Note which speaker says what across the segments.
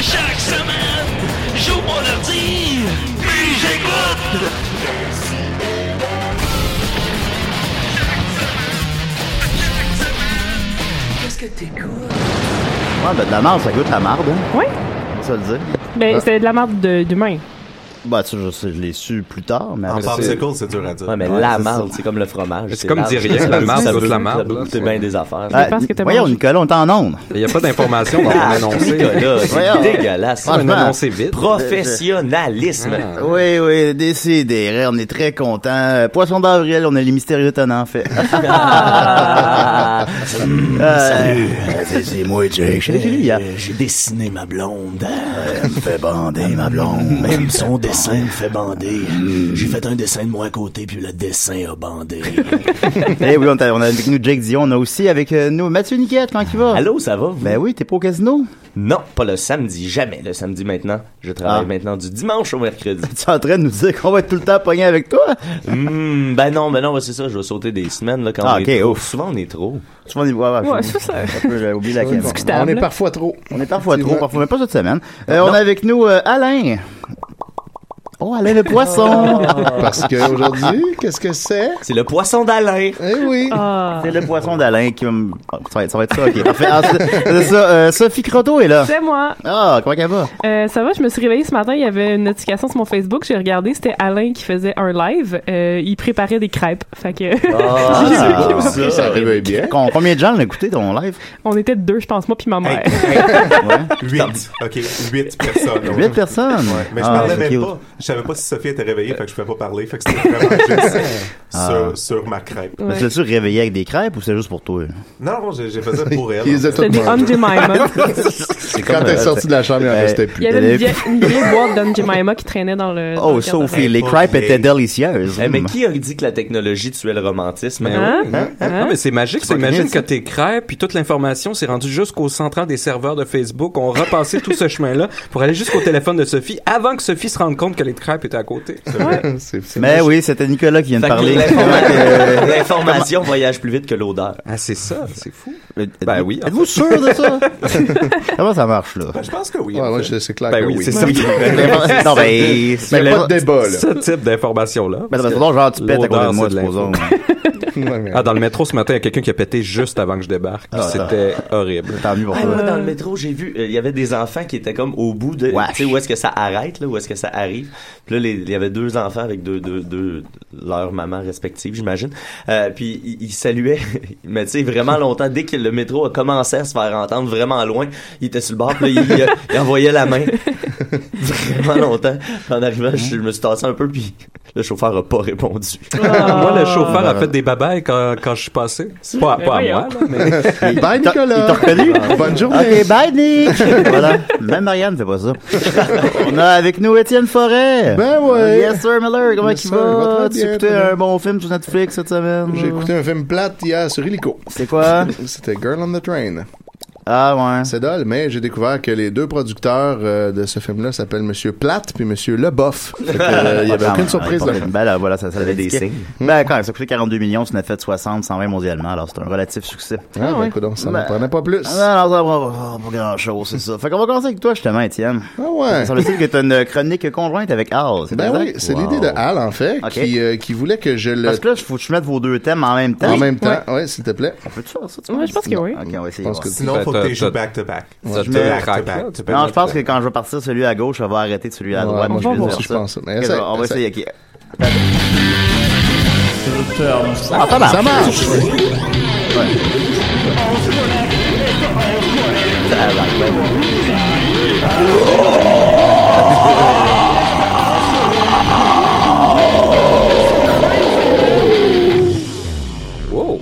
Speaker 1: Chaque semaine, j'ouvre mon ordi, puis j'écoute. Qu'est-ce que t'écoutes?
Speaker 2: Ouais, ben de la marde, ça goûte la marde. Hein?
Speaker 3: Oui.
Speaker 2: Ça le dire.
Speaker 3: Ben,
Speaker 2: Ah.
Speaker 3: c'est de la marde de- d'humain.
Speaker 2: Bah, ça, je, sais, je l'ai su plus tard, mais...
Speaker 4: En
Speaker 2: après,
Speaker 4: popsicle, c'est dur à dire.
Speaker 5: Ah, Ouais, mais
Speaker 4: Ouais,
Speaker 5: la
Speaker 4: c'est
Speaker 5: marde,
Speaker 4: ça.
Speaker 5: c'est comme le fromage.
Speaker 6: C'est comme
Speaker 5: large.
Speaker 6: dire rien,
Speaker 5: Ça
Speaker 6: la
Speaker 5: peut-
Speaker 6: marde,
Speaker 5: ça
Speaker 6: c'est
Speaker 5: peut-
Speaker 6: la marde,
Speaker 5: ça peut
Speaker 6: là.
Speaker 5: goûter bien des affaires.
Speaker 2: Ah,
Speaker 3: parce que t'as
Speaker 2: voyons,
Speaker 3: mangé.
Speaker 2: Nicolas, on t'en onde.
Speaker 6: Il n'y a pas d'information dans ton
Speaker 5: Ah,
Speaker 6: annoncé.
Speaker 5: Nicolas, c'est
Speaker 2: Voyons.
Speaker 5: dégueulasse.
Speaker 6: On
Speaker 2: Franchement.
Speaker 6: annoncé vite.
Speaker 5: Professionnalisme.
Speaker 6: Ah.
Speaker 2: Oui, oui, décidé. On est très contents. Euh, Poisson d'avril, on a les mystérieux tenants, en fait. Euh,
Speaker 5: Ah.
Speaker 2: Salut. euh, C'est moi, Jake. Je l'ai vu hier.
Speaker 7: J'ai dessiné ma blonde.
Speaker 2: Elle me fait bander, ma blonde.
Speaker 7: Même son dessin me fait bander. J'ai fait un dessin de moi à côté, puis le dessin a bandé.
Speaker 2: Eh oui, on a, on a avec nous Jake Dion. On a aussi avec euh, nous Mathieu Niquette. Comment il va?
Speaker 5: Allô, ça va? vous?
Speaker 2: Ben oui, t'es pas au casino?
Speaker 5: Non, pas le samedi, jamais le samedi maintenant. Je travaille
Speaker 2: Ah.
Speaker 5: maintenant du dimanche au mercredi.
Speaker 2: Tu es en train de nous dire qu'on va être tout le temps pogné avec toi?
Speaker 5: Hmm, ben non, ben non, ben c'est ça, je vais sauter des semaines là, quand
Speaker 2: Ah,
Speaker 5: on
Speaker 2: ok,
Speaker 5: est trop.
Speaker 2: ouf.
Speaker 5: Souvent on est trop.
Speaker 2: Souvent, on y voit.
Speaker 3: Ouais, ça, ça-
Speaker 2: J'ai oublié la question.
Speaker 3: Discutable.
Speaker 4: On est parfois trop.
Speaker 2: On est parfois trop, parfois mais pas cette semaine. Euh, on a avec nous euh, Alain. Oh, Alain le poisson!
Speaker 4: Parce qu'aujourd'hui, qu'est-ce que c'est?
Speaker 5: C'est le poisson d'Alain.
Speaker 4: Eh oui.
Speaker 3: Ah.
Speaker 2: C'est le poisson d'Alain qui va me... oh, ça, va être, ça va être ça, ok. Parfait. Ah, c'est- c'est ça, euh, Sophie Croteau est là.
Speaker 3: C'est moi.
Speaker 2: Ah, comment qu'elle va?
Speaker 3: Euh, ça va, je me suis réveillée ce matin, il y avait une notification sur mon Facebook, j'ai regardé, c'était Alain qui faisait un live, euh, il préparait des crêpes. Fait que
Speaker 2: Ah,
Speaker 4: Comme ça, ça réveille bien.
Speaker 2: Con- combien de gens l'ont écouté ton live?
Speaker 3: on était deux, je pense, moi puis ma mère.
Speaker 4: Huit. OK, huit personnes.
Speaker 2: 8 personnes?
Speaker 4: Mais je
Speaker 2: Ah,
Speaker 4: parlais
Speaker 2: c'est
Speaker 4: même
Speaker 2: cute.
Speaker 4: pas. Je savais pas si Sophie était réveillée, fait que je pouvais pas parler. Fait que c'était vraiment juste
Speaker 2: Ah.
Speaker 4: sur, sur ma crêpe.
Speaker 2: Mais tu l'as-tu réveillé avec des crêpes ou c'est juste pour toi?
Speaker 4: Non, non, j'ai faisais pour elle.
Speaker 3: C'était des Aunt Jemima.
Speaker 2: Quand t'es sorti de la chambre, il en restait
Speaker 3: Il y avait une vieille, une vieille boîte d'Aunt Jemima qui traînait dans le... dans
Speaker 2: Oh,
Speaker 3: le garde-robe.
Speaker 2: Sophie, les crêpes étaient délicieuses.
Speaker 5: Eh, mais qui a dit que la technologie tuait le romantisme? hein?
Speaker 3: Hein?
Speaker 6: Ben Non, mais c'est magique, c'est
Speaker 2: pas
Speaker 6: magique
Speaker 2: grave,
Speaker 6: que t'es crêpes, puis toute l'information s'est rendue jusqu'au central des serveurs de Facebook. On repassait tout ce chemin-là pour aller jusqu'au téléphone de Sophie avant que Sophie se rende compte que les crêpes étaient à côté. Ben
Speaker 2: Mais Eh oui, c'était Nicolas qui vient de
Speaker 5: Fait que
Speaker 2: parler.
Speaker 5: l'informa- L'information voyage plus vite que l'odeur. Ben
Speaker 6: Ah, c'est ça, c'est fou.
Speaker 2: Êtes-vous-
Speaker 6: oui, en
Speaker 2: Êtes-vous sûr de ça? Comment ça marche, là?
Speaker 4: Je pense que oui.
Speaker 7: c'est clair
Speaker 6: Ben oui, c'est ça.
Speaker 2: non, mais.
Speaker 7: Mais pas de débat, là.
Speaker 6: Ce type d'information-là.
Speaker 2: Mais de toute façon, genre, tu pètes à côté de
Speaker 6: L'odeur,
Speaker 2: moi,
Speaker 6: c'est de l'info.
Speaker 2: supposons.
Speaker 6: Ah, dans le métro ce matin, il y a quelqu'un qui a pété juste avant que je débarque.
Speaker 2: Ah,
Speaker 6: C'était horrible.
Speaker 2: Tant mieux pour
Speaker 5: Ah,
Speaker 2: toi.
Speaker 5: moi, dans le métro, j'ai vu, euh, il y avait des enfants qui étaient comme au bout de,
Speaker 2: Wesh.
Speaker 5: tu sais, où est-ce que ça arrête, là, où est-ce que ça arrive. Puis là, les- il y avait deux enfants avec deux, deux, deux, leurs mamans respectives, j'imagine. Euh, puis ils, ils saluaient, mais tu sais, vraiment longtemps, dès que le métro a commencé à se faire entendre vraiment loin, il était sur le bord, puis là, il, il, il envoyait la main. vraiment longtemps. Puis en arrivant, je, me suis tassé un peu, puis le chauffeur a pas répondu.
Speaker 6: Ah. Moi, le chauffeur
Speaker 2: Ah.
Speaker 6: a fait des babayes quand, quand je suis passé. Pas, pas à
Speaker 3: voyons.
Speaker 6: moi, là, mais...
Speaker 7: Bye,
Speaker 2: Il t'a- Il t'a reconnu?
Speaker 7: Bonne
Speaker 2: Ok, bye Nick! voilà. Même Marianne fait pas ça. On a avec nous Étienne Forêt. Euh,
Speaker 7: Ben ouais.
Speaker 2: Yes sir Miller, comment
Speaker 7: Yes,
Speaker 2: tu
Speaker 7: sir, il va
Speaker 2: vas?
Speaker 7: très
Speaker 2: Tu
Speaker 7: bien,
Speaker 2: écouté
Speaker 7: très bien.
Speaker 2: un bon film sur Netflix cette semaine?
Speaker 7: un film plate hier sur Helico.
Speaker 2: C'est quoi?
Speaker 7: C'était Girl on the Train.
Speaker 2: Ah ouais.
Speaker 8: C'est dole, mais j'ai découvert que les deux producteurs euh, de ce film-là s'appellent Monsieur Platt puis Monsieur Leboff. Fait que, euh, Il n'y avait
Speaker 2: Ah,
Speaker 8: aucune
Speaker 2: ouais,
Speaker 8: surprise. là.
Speaker 2: pas mal. Ben là, voilà, ça, ça
Speaker 8: avait des
Speaker 2: l'indiquait.
Speaker 8: signes.
Speaker 2: Ben quand même, ça coûtait 42 millions, ça en a fait 60, 120 mondialement, alors c'est un relatif succès.
Speaker 8: Ah, ben, coudonc, ça n'en prenait pas plus.
Speaker 2: Non, non, ça prend pas, pas grand chose, c'est ça. Fait qu'on va commencer avec toi, justement, Étienne.
Speaker 8: Ah ouais.
Speaker 2: Sur le site que t'as une chronique conjointe avec Al, c'est
Speaker 8: Ben
Speaker 2: exact?
Speaker 8: oui, c'est
Speaker 2: Wow.
Speaker 8: l'idée de Al, en fait,
Speaker 2: Ok.
Speaker 8: qui, euh, qui voulait que je le...
Speaker 2: Parce que là, faut que je mette vos deux thèmes en même temps.
Speaker 8: En même temps, ouais, s'il te plaît.
Speaker 2: On peut faire ça, tu
Speaker 3: Ouais,
Speaker 2: vois?
Speaker 3: je pense que oui.
Speaker 2: Ok, on va essayer.
Speaker 8: pense
Speaker 2: de
Speaker 8: que
Speaker 2: voir.
Speaker 8: sinon, faut que t'es joues
Speaker 4: back-to-back.
Speaker 8: Ouais,
Speaker 2: Ça
Speaker 8: je
Speaker 2: te
Speaker 8: mets
Speaker 2: craque,
Speaker 8: back-to-back.
Speaker 2: là.
Speaker 8: Tu peux
Speaker 2: Non, je
Speaker 8: mettre
Speaker 2: pense que
Speaker 8: back.
Speaker 2: quand je vais partir celui à gauche, je vais arrêter de celui à
Speaker 8: Ouais,
Speaker 2: droite.
Speaker 8: moi,
Speaker 2: puis
Speaker 8: je pense
Speaker 2: vice-versa.
Speaker 8: que je pense ça. Mais
Speaker 2: Ok,
Speaker 8: essaye,
Speaker 2: On va
Speaker 8: essaye.
Speaker 2: essayer, ok.
Speaker 8: Ah,
Speaker 2: ça marche.
Speaker 8: Ça marche.
Speaker 6: Wow.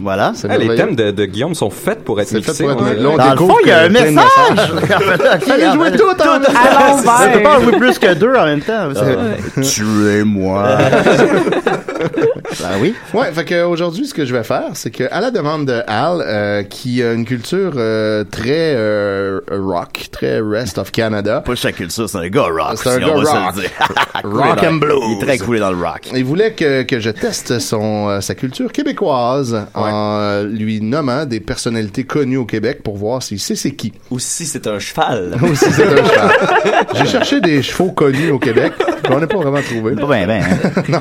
Speaker 2: Voilà.
Speaker 6: Ah, les thèmes de, de Guillaume sont faits pour être
Speaker 8: Hein? C'est
Speaker 6: mixés.
Speaker 8: fait pour être
Speaker 6: on
Speaker 8: mixé.
Speaker 6: dirait.
Speaker 8: Là, on Dans le découvre fond, il y a que un plein de message.
Speaker 2: ah,
Speaker 8: Fallait jouer
Speaker 2: ben,
Speaker 8: tout en-
Speaker 2: On peut pas jouer plus que deux en même temps.
Speaker 8: Ouais.
Speaker 2: Tuez-moi. ben oui.
Speaker 8: Ouais, fait que aujourd'hui, ce que je vais faire, c'est que à la demande de Al, euh, qui a une culture euh, très euh, rock, très rest of Canada.
Speaker 2: Pas sa culture, c'est un gars rock.
Speaker 8: C'est un
Speaker 2: si
Speaker 8: gars
Speaker 2: on va se le
Speaker 8: rock.
Speaker 2: dire.
Speaker 8: rock and blues.
Speaker 2: Il est très coulé dans le rock.
Speaker 8: Il voulait que, que je teste son, euh, sa culture québécoise en euh, lui nommant des personnalités connues au Québec pour voir s'il sait c'est qui.
Speaker 5: Ou si c'est un cheval.
Speaker 8: Ou si c'est un cheval. J'ai cherché des chevaux connus au Québec, mais on n'a pas vraiment trouvé.
Speaker 2: Pas bien, bien.
Speaker 8: non.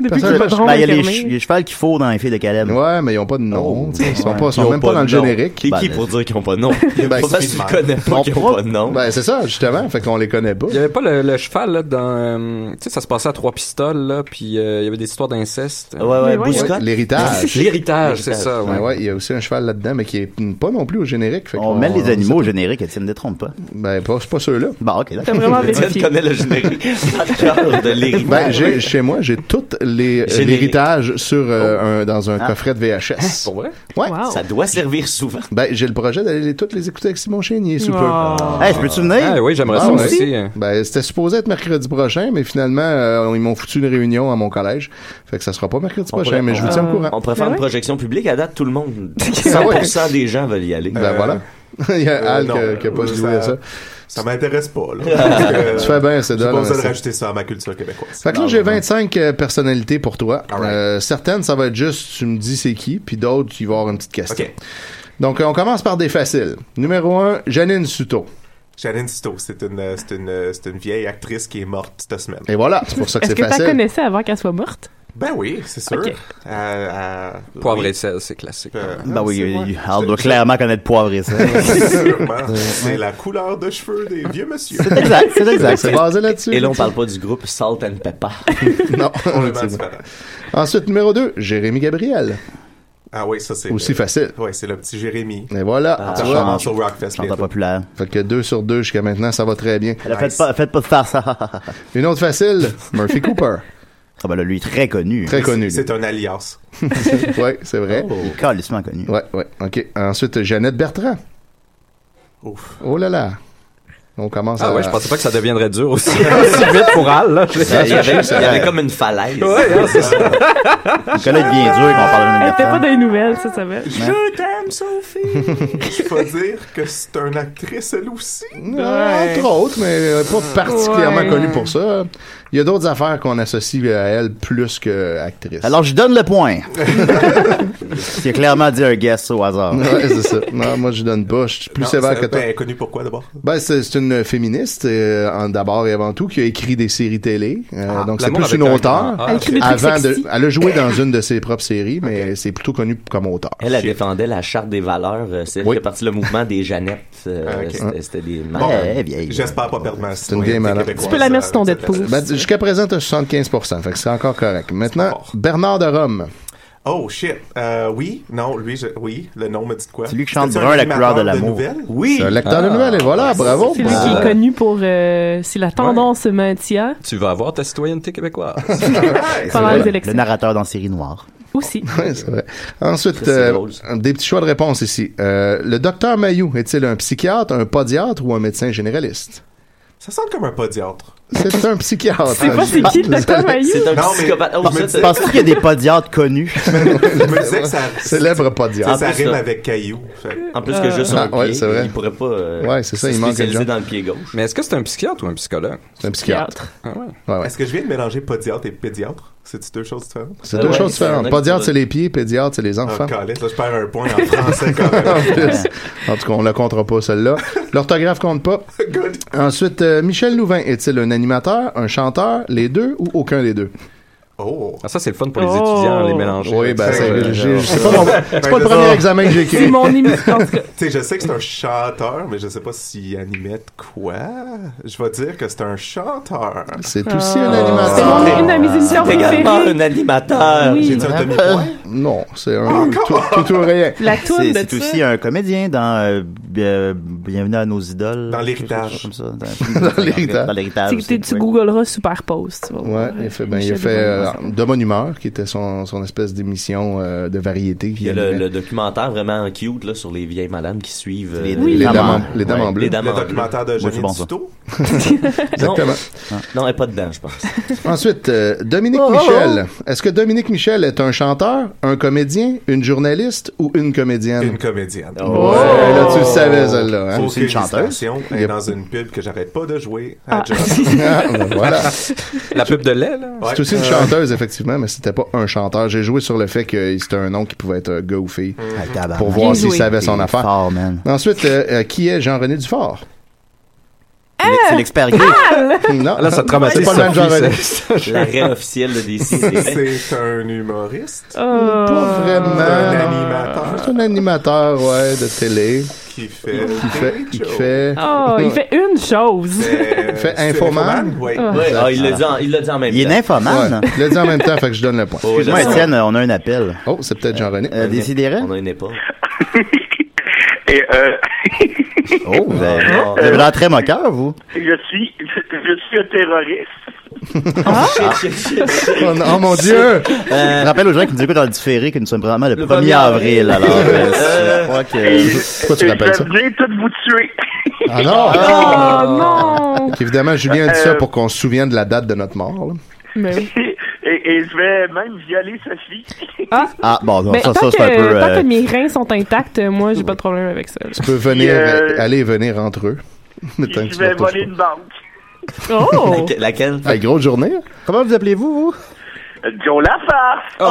Speaker 2: Depuis
Speaker 8: personne-
Speaker 2: hein. ben, il y a les, ch- les chevals qu'il faut dans les filles de Caleb.
Speaker 8: Ouais, mais ils ont pas de nom. tu sais. Ils sont,
Speaker 2: Ouais.
Speaker 8: pas, ils sont
Speaker 2: Ils ont
Speaker 8: même
Speaker 2: pas
Speaker 8: pas dans le
Speaker 2: de nom.
Speaker 8: générique.
Speaker 2: T'es qui pour
Speaker 5: dire qu'ils ont pas de nom?
Speaker 8: Ben,
Speaker 5: Pas parce que tu
Speaker 8: c'est-
Speaker 5: connais pas
Speaker 8: on
Speaker 5: qu'ils ont
Speaker 8: pourra-
Speaker 5: pas de nom.
Speaker 8: Ben, c'est ça, justement. Fait qu'on les connaît pas.
Speaker 6: Il y avait pas le, le cheval là dans euh, tu sais ça se passait à trois pistoles là puis euh, il y avait des histoires d'inceste.
Speaker 8: Ouais, ouais,
Speaker 6: Mais
Speaker 8: Bouscotte. L'héritage.
Speaker 6: L'héritage, c'est ça.
Speaker 8: Ouais,
Speaker 6: ouais.
Speaker 8: ouais, il y a aussi un cheval là-dedans, mais qui est pas non plus au générique.
Speaker 2: On met les animaux au générique, Étienne, ne te trompe pas.
Speaker 8: Ben, pas, c'est pas ceux-là.
Speaker 2: Bon, ok, d'accord.
Speaker 5: Étienne connaît le générique. Parle de l'héritage.
Speaker 8: Ben, j'ai, chez moi, j'ai tout les,
Speaker 5: Générique.
Speaker 8: l'héritage sur, euh, un- dans un
Speaker 5: Ah.
Speaker 8: coffret de VHS.
Speaker 6: Pour vrai?
Speaker 8: Ouais.
Speaker 5: Ça doit servir souvent.
Speaker 8: Ben, j'ai le projet d'aller les- toutes les écouter avec Simon Chénier, sous peu.
Speaker 5: Oh. Hey, je peux-tu venir?
Speaker 6: Ah oui, j'aimerais ça
Speaker 8: ouais.
Speaker 6: aussi. hein.
Speaker 8: Ben, c'était supposé être mercredi prochain, mais finalement, euh, ils m'ont foutu une réunion à mon collège. Fait que ça sera pas mercredi
Speaker 5: On Euh,
Speaker 8: prochain, mais je vous tiens au courant.
Speaker 5: On préfère
Speaker 8: Ah
Speaker 5: une
Speaker 8: ouais?
Speaker 5: projection publique. À date, tout le monde.
Speaker 8: Ah ouais.
Speaker 5: 100% des gens veulent y aller. Euh,
Speaker 8: Ben, voilà. Il y a Al qui a- qui
Speaker 4: euh,
Speaker 8: a pas joué à ça.
Speaker 4: Ça m'intéresse pas, là.
Speaker 8: Tu fais bien, c'est
Speaker 4: J'ai
Speaker 8: dole,
Speaker 4: pas besoin
Speaker 8: hein,
Speaker 4: de
Speaker 8: c'est-
Speaker 4: rajouter ça à ma culture québécoise.
Speaker 8: Fait que là, j'ai 25 euh, personnalités pour toi. Euh, certaines, ça va être juste, tu me dis c'est qui, puis d'autres, tu vas avoir une petite question. Donc, euh, on commence par des faciles. Numéro 1, Janine Suto.
Speaker 4: Shannon Sito, c'est une, euh, c'est une, euh, c'est une vieille actrice qui est morte cette semaine.
Speaker 8: Et voilà, c'est pour ça que
Speaker 3: Est-ce
Speaker 8: c'est
Speaker 3: que tu la
Speaker 8: facile.
Speaker 3: connaissais avant qu'elle soit morte?
Speaker 4: Ben oui, c'est sûr.
Speaker 3: Ok.
Speaker 4: Euh, euh,
Speaker 6: Poivre et sel, c'est classique.
Speaker 8: Euh,
Speaker 2: Ben oui,
Speaker 4: c'est moi.
Speaker 2: il- Al doit clairement connaître poivre et ça.
Speaker 4: Sûrement. c'est la couleur de cheveux des vieux monsieur.
Speaker 2: C'est exact, c'est exact. C'est basé là-dessus.
Speaker 5: Et là, on parle pas du groupe Salt and Pepper.
Speaker 8: non,
Speaker 4: Complètement
Speaker 8: c'est bon.
Speaker 4: différent.
Speaker 8: Ensuite, numéro 2, Jérémy Gabriel.
Speaker 4: Ah oui, ça c'est.
Speaker 8: Aussi facile.
Speaker 4: Oui, c'est le petit Jérémy.
Speaker 8: Et voilà.
Speaker 4: Ah,
Speaker 8: tu
Speaker 4: ça
Speaker 8: vois.
Speaker 4: commence au Rockfest. bientôt.
Speaker 2: populaire.
Speaker 8: Fait que 2 sur 2 jusqu'à maintenant, ça va très bien.
Speaker 2: Là, faites, pas, faites pas de farce. ah
Speaker 8: Une autre facile, Murphy Cooper.
Speaker 2: ben là, lui, très connu.
Speaker 8: Très connu.
Speaker 4: C'est un alias.
Speaker 8: ouais, c'est vrai.
Speaker 4: Oh.
Speaker 2: Il est calissement connu.
Speaker 8: Ouais, ouais. OK. Ensuite, Jeannette Bertrand.
Speaker 4: Ouf.
Speaker 8: Oh là là. On commence
Speaker 6: Ah
Speaker 8: à...
Speaker 6: ouais, je pensais pas que ça deviendrait dur aussi, aussi vite pour Al là. Je-
Speaker 5: Il y avait,
Speaker 8: Ça, ça,
Speaker 5: il y avait
Speaker 8: ça.
Speaker 5: comme une falaise.
Speaker 6: Ouais, hein, c'est ça.
Speaker 2: Nicolas est bien dur quand on parle de
Speaker 3: Elle était pas
Speaker 2: Bertrand.
Speaker 3: dans les nouvelles, ça, ça va.
Speaker 4: Je t'aime, Sophie. Je peux dire que c'est une actrice elle aussi.
Speaker 8: Euh, Entre autres, mais euh, pas particulièrement
Speaker 4: Ouais.
Speaker 8: connue pour ça. Il y a d'autres affaires qu'on associe euh, à elle plus qu'actrice.
Speaker 2: Alors, je donne le point. Il a clairement dit un guess au hasard.
Speaker 8: Ouais, c'est ça. Non, moi, je donne pas. Je suis plus
Speaker 4: Non,
Speaker 8: sévère
Speaker 4: ça-
Speaker 8: que toi.
Speaker 4: Ben, connu pourquoi d'abord
Speaker 8: Ben, c'est c'est une féministe, euh, en- d'abord et avant tout, qui a écrit des séries télé. Euh,
Speaker 6: Ah,
Speaker 8: donc, c'est
Speaker 6: l'amour
Speaker 8: plus une
Speaker 6: avec un
Speaker 8: auteure.
Speaker 6: grand A. Elle écrit des
Speaker 5: trucs
Speaker 8: avant de,
Speaker 5: sexy.
Speaker 8: elle a joué dans une de ses propres séries, mais c'est plutôt connue comme auteur.
Speaker 5: Elle, elle défendait la charte des valeurs. euh, C'est elle qui a parti le mouvement des Jeannettes. euh,
Speaker 8: Ah, ok.
Speaker 5: c'était- C'était des
Speaker 8: Bon, euh,
Speaker 5: Ouais,
Speaker 4: J'espère pas perdre ma
Speaker 8: C'est une game madame.
Speaker 3: Tu peux la mettre sur ton Deadpool.
Speaker 8: Ben, jusqu'à présent, t'as 75%. Fait que c'est encore correct. Maintenant, Bernard de
Speaker 3: Ah,
Speaker 8: Rome.
Speaker 4: Oh shit. Euh, oui, non, lui, je- oui, le nom me dit de quoi
Speaker 2: C'est lui qui chante
Speaker 4: C'est-tu un
Speaker 2: brun, la couleur de
Speaker 4: animateur
Speaker 2: l'amour.
Speaker 4: nouvelles? Ah.
Speaker 5: Oui.
Speaker 8: C'est un lecteur
Speaker 2: Ah.
Speaker 8: de nouvelles, et voilà, bravo. Bah.
Speaker 3: C'est lui qui est connu pour euh, si la tendance se maintient
Speaker 6: Tu vas avoir ta citoyenneté québécoise.
Speaker 3: pendant les
Speaker 2: Le
Speaker 3: élections.
Speaker 2: narrateur dans Série Noire.
Speaker 3: Aussi.
Speaker 8: Ouais, c'est vrai. Ensuite,
Speaker 5: c'est
Speaker 8: euh,
Speaker 5: drôle,
Speaker 8: des petits choix de réponse ici. Euh, le docteur Mayou est-il un psychiatre, un podiatre ou un médecin généraliste?
Speaker 4: Ça sonne comme un podiatre.
Speaker 8: C'est un psychiatre. Ah,
Speaker 2: C'est pas Ah, c'est Oh, qui, le docteur Mailloux?
Speaker 5: C'est un
Speaker 2: Non, mais-
Speaker 5: psychopathe. Ah oui,
Speaker 2: non, mais
Speaker 5: ça, c'est-
Speaker 2: Penses-tu qu'il y a des podiatres connus?
Speaker 4: me disais que ça-
Speaker 8: Célèbre podiatre.
Speaker 4: Ça rime avec caillou. fait que-
Speaker 5: En plus que juste
Speaker 8: Ah,
Speaker 5: un
Speaker 8: ouais,
Speaker 5: pied,
Speaker 8: c'est vrai.
Speaker 5: il pourrait pas euh,
Speaker 8: Ouais, c'est ça,
Speaker 5: se
Speaker 8: il manque
Speaker 5: spécialiser
Speaker 8: quelqu'un.
Speaker 5: dans le pied gauche.
Speaker 6: Mais est-ce que c'est un psychiatre ou un psychologue?
Speaker 8: C'est un psychiatre.
Speaker 6: Ah ouais.
Speaker 4: Est-ce que je viens de mélanger podiatre et pédiatre? C'est-tu deux choses différentes?
Speaker 8: C'est
Speaker 3: Euh,
Speaker 8: deux choses différentes. Podiatre, c'est les pieds, pédiatre, c'est les enfants.
Speaker 4: Ah, caliste, là, je perds un point en français quand même.
Speaker 8: en plus. En tout cas, on ne la comptera pas, celle-là. L'orthographe compte pas. Ensuite, euh, Michel Louvain est-il un animateur, un chanteur, les deux ou aucun des deux?
Speaker 4: Oh.
Speaker 6: Ah, ça, c'est le fun pour les étudiants, les mélanger.
Speaker 8: Oui, ben, c'est-
Speaker 6: Ouais,
Speaker 8: j'ai-
Speaker 6: ouais.
Speaker 8: c'est pas mon- c'est pas le premier examen que j'ai écrit. C'est mon émission, en tout cas.
Speaker 4: Ben, Tu sais, je sais que c'est un chanteur, mais je sais pas s'il animait de quoi. Je vais dire que c'est un chanteur.
Speaker 8: C'est
Speaker 4: aussi un
Speaker 8: animateur.
Speaker 3: Ah. C'est mon- une de
Speaker 6: Ah.
Speaker 3: mes émissions préférées.
Speaker 5: animateur.
Speaker 3: Oui.
Speaker 4: J'ai-tu un demi-point?
Speaker 8: Euh, Non, c'est un tout, tout ou rien.
Speaker 3: La toune
Speaker 2: C'est
Speaker 3: de
Speaker 2: c'est
Speaker 3: ça.
Speaker 2: aussi un comédien dans euh, euh, Bienvenue à nos idoles. Dans
Speaker 4: l'héritage.
Speaker 2: Comme ça. Dans,
Speaker 8: l'héritage.
Speaker 2: Dans l'héritage.
Speaker 3: C'est que t'es- tu googleras superpose, tu vas
Speaker 8: Ouais,
Speaker 3: voir. euh,
Speaker 8: il, fait, ben, il a
Speaker 3: Michel
Speaker 8: fait
Speaker 3: Louvain.
Speaker 8: euh, De Bonne Humeur, qui était son, son espèce d'émission euh, de variété.
Speaker 5: Il y a le, le documentaire vraiment cute là, sur les vieilles madames qui suivent euh,
Speaker 8: Les- Oui. les dames en- les dames en bleu.
Speaker 5: Les dames
Speaker 8: Le
Speaker 5: en bleu.
Speaker 4: documentaire de Moi, c'est Jeannine bon, ça. Tuto?
Speaker 8: Exactement.
Speaker 5: Non, non, elle est pas dedans, je pense.
Speaker 8: Ensuite, euh, Dominique
Speaker 5: Oh, oh,
Speaker 8: Michel. Est-ce que Dominique Michel est un chanteur, un comédien, une journaliste ou une comédienne?
Speaker 4: Une comédienne.
Speaker 8: Oh.
Speaker 5: Oh!
Speaker 8: Ouais, là, tu le savais,
Speaker 3: Oh.
Speaker 8: celle-là. hein?
Speaker 4: Sauf que l'illustration est dans une pub que j'arrête pas de jouer. à
Speaker 8: Ah.
Speaker 4: Job.
Speaker 8: Ah, ben voilà.
Speaker 6: La pub de lait, là?
Speaker 8: C'est
Speaker 4: Euh,
Speaker 8: aussi une chanteuse, effectivement, mais c'était pas un chanteur. J'ai joué sur le fait que c'était un nom qui pouvait être euh, gars ou
Speaker 5: Mm.
Speaker 8: fille pour voir s'il savait son affaire. Ensuite, euh, euh, qui est Jean-René Dufort?
Speaker 3: Ah!
Speaker 2: C'est l'expert gay.
Speaker 4: Ah!
Speaker 8: Non,
Speaker 6: Là, ça te traumatise,
Speaker 8: C'est pas le même
Speaker 6: Sophie,
Speaker 8: Jean-René.
Speaker 6: ça.
Speaker 5: L'arrêt officiel de DC.
Speaker 4: C'est un humoriste.
Speaker 3: Oh.
Speaker 8: Pas vraiment.
Speaker 4: Un
Speaker 8: C'est un animateur, ouais, de télé.
Speaker 4: Qui fait.
Speaker 8: Qui fait. Qui fait.
Speaker 3: Oh, il fait une chose.
Speaker 8: Il fait infomane.
Speaker 4: Ouais.
Speaker 3: Ah.
Speaker 5: Ouais, ah, il l'a dit, en- il l'a dit en même
Speaker 2: Il est
Speaker 5: temps.
Speaker 2: nymphomane.
Speaker 8: Ouais, il l'a dit en même temps, fait que je donne le point.
Speaker 2: Excuse-moi, Étienne, euh, on a un appel.
Speaker 8: Oh, c'est peut-être Jean-René.
Speaker 2: Euh, Décidérez.
Speaker 5: On a une épaule.
Speaker 9: Et euh,
Speaker 2: Oh, vous avez
Speaker 9: Ah.
Speaker 2: vous avez l'air très moqueur, vous.
Speaker 9: euh, je suis, je suis un terroriste. Ah,
Speaker 8: Oh, non, oh, Ah? mon Dieu!
Speaker 2: Euh, Je rappelle aux gens qui nous écoutent dans le différé que nous sommes probablement le, 1er avril, alors. euh,
Speaker 8: Euh,
Speaker 2: je crois que-
Speaker 8: Pourquoi tu rappelles ça?
Speaker 9: Je vais tout vous tuer.
Speaker 8: Ah non!
Speaker 3: Oh, non!
Speaker 8: Évidemment, Julien a dit ça
Speaker 9: Euh,
Speaker 8: pour qu'on se souvienne de la date de notre mort. là.
Speaker 9: Et, et je vais même violer Sophie.
Speaker 3: Ah,
Speaker 8: Ah, bon, non,
Speaker 3: Ben,
Speaker 8: ça-
Speaker 3: tant
Speaker 8: ça,
Speaker 3: que,
Speaker 8: c'est un peu,
Speaker 3: tant
Speaker 8: euh,
Speaker 3: que mes reins sont intacts, euh, moi, j'ai pas de problème avec ça. là.
Speaker 8: Tu peux venir,
Speaker 3: Euh,
Speaker 8: euh, aller et venir entre eux. Mais tant que
Speaker 9: Je
Speaker 8: tu
Speaker 9: vais
Speaker 8: leur touches
Speaker 9: voler une banque.
Speaker 3: Oh!
Speaker 8: pas.
Speaker 5: Laquelle?
Speaker 8: Hey, grosse journée. Comment vous appelez-vous, vous?
Speaker 9: Euh, Joe Lafarce.
Speaker 8: Oh!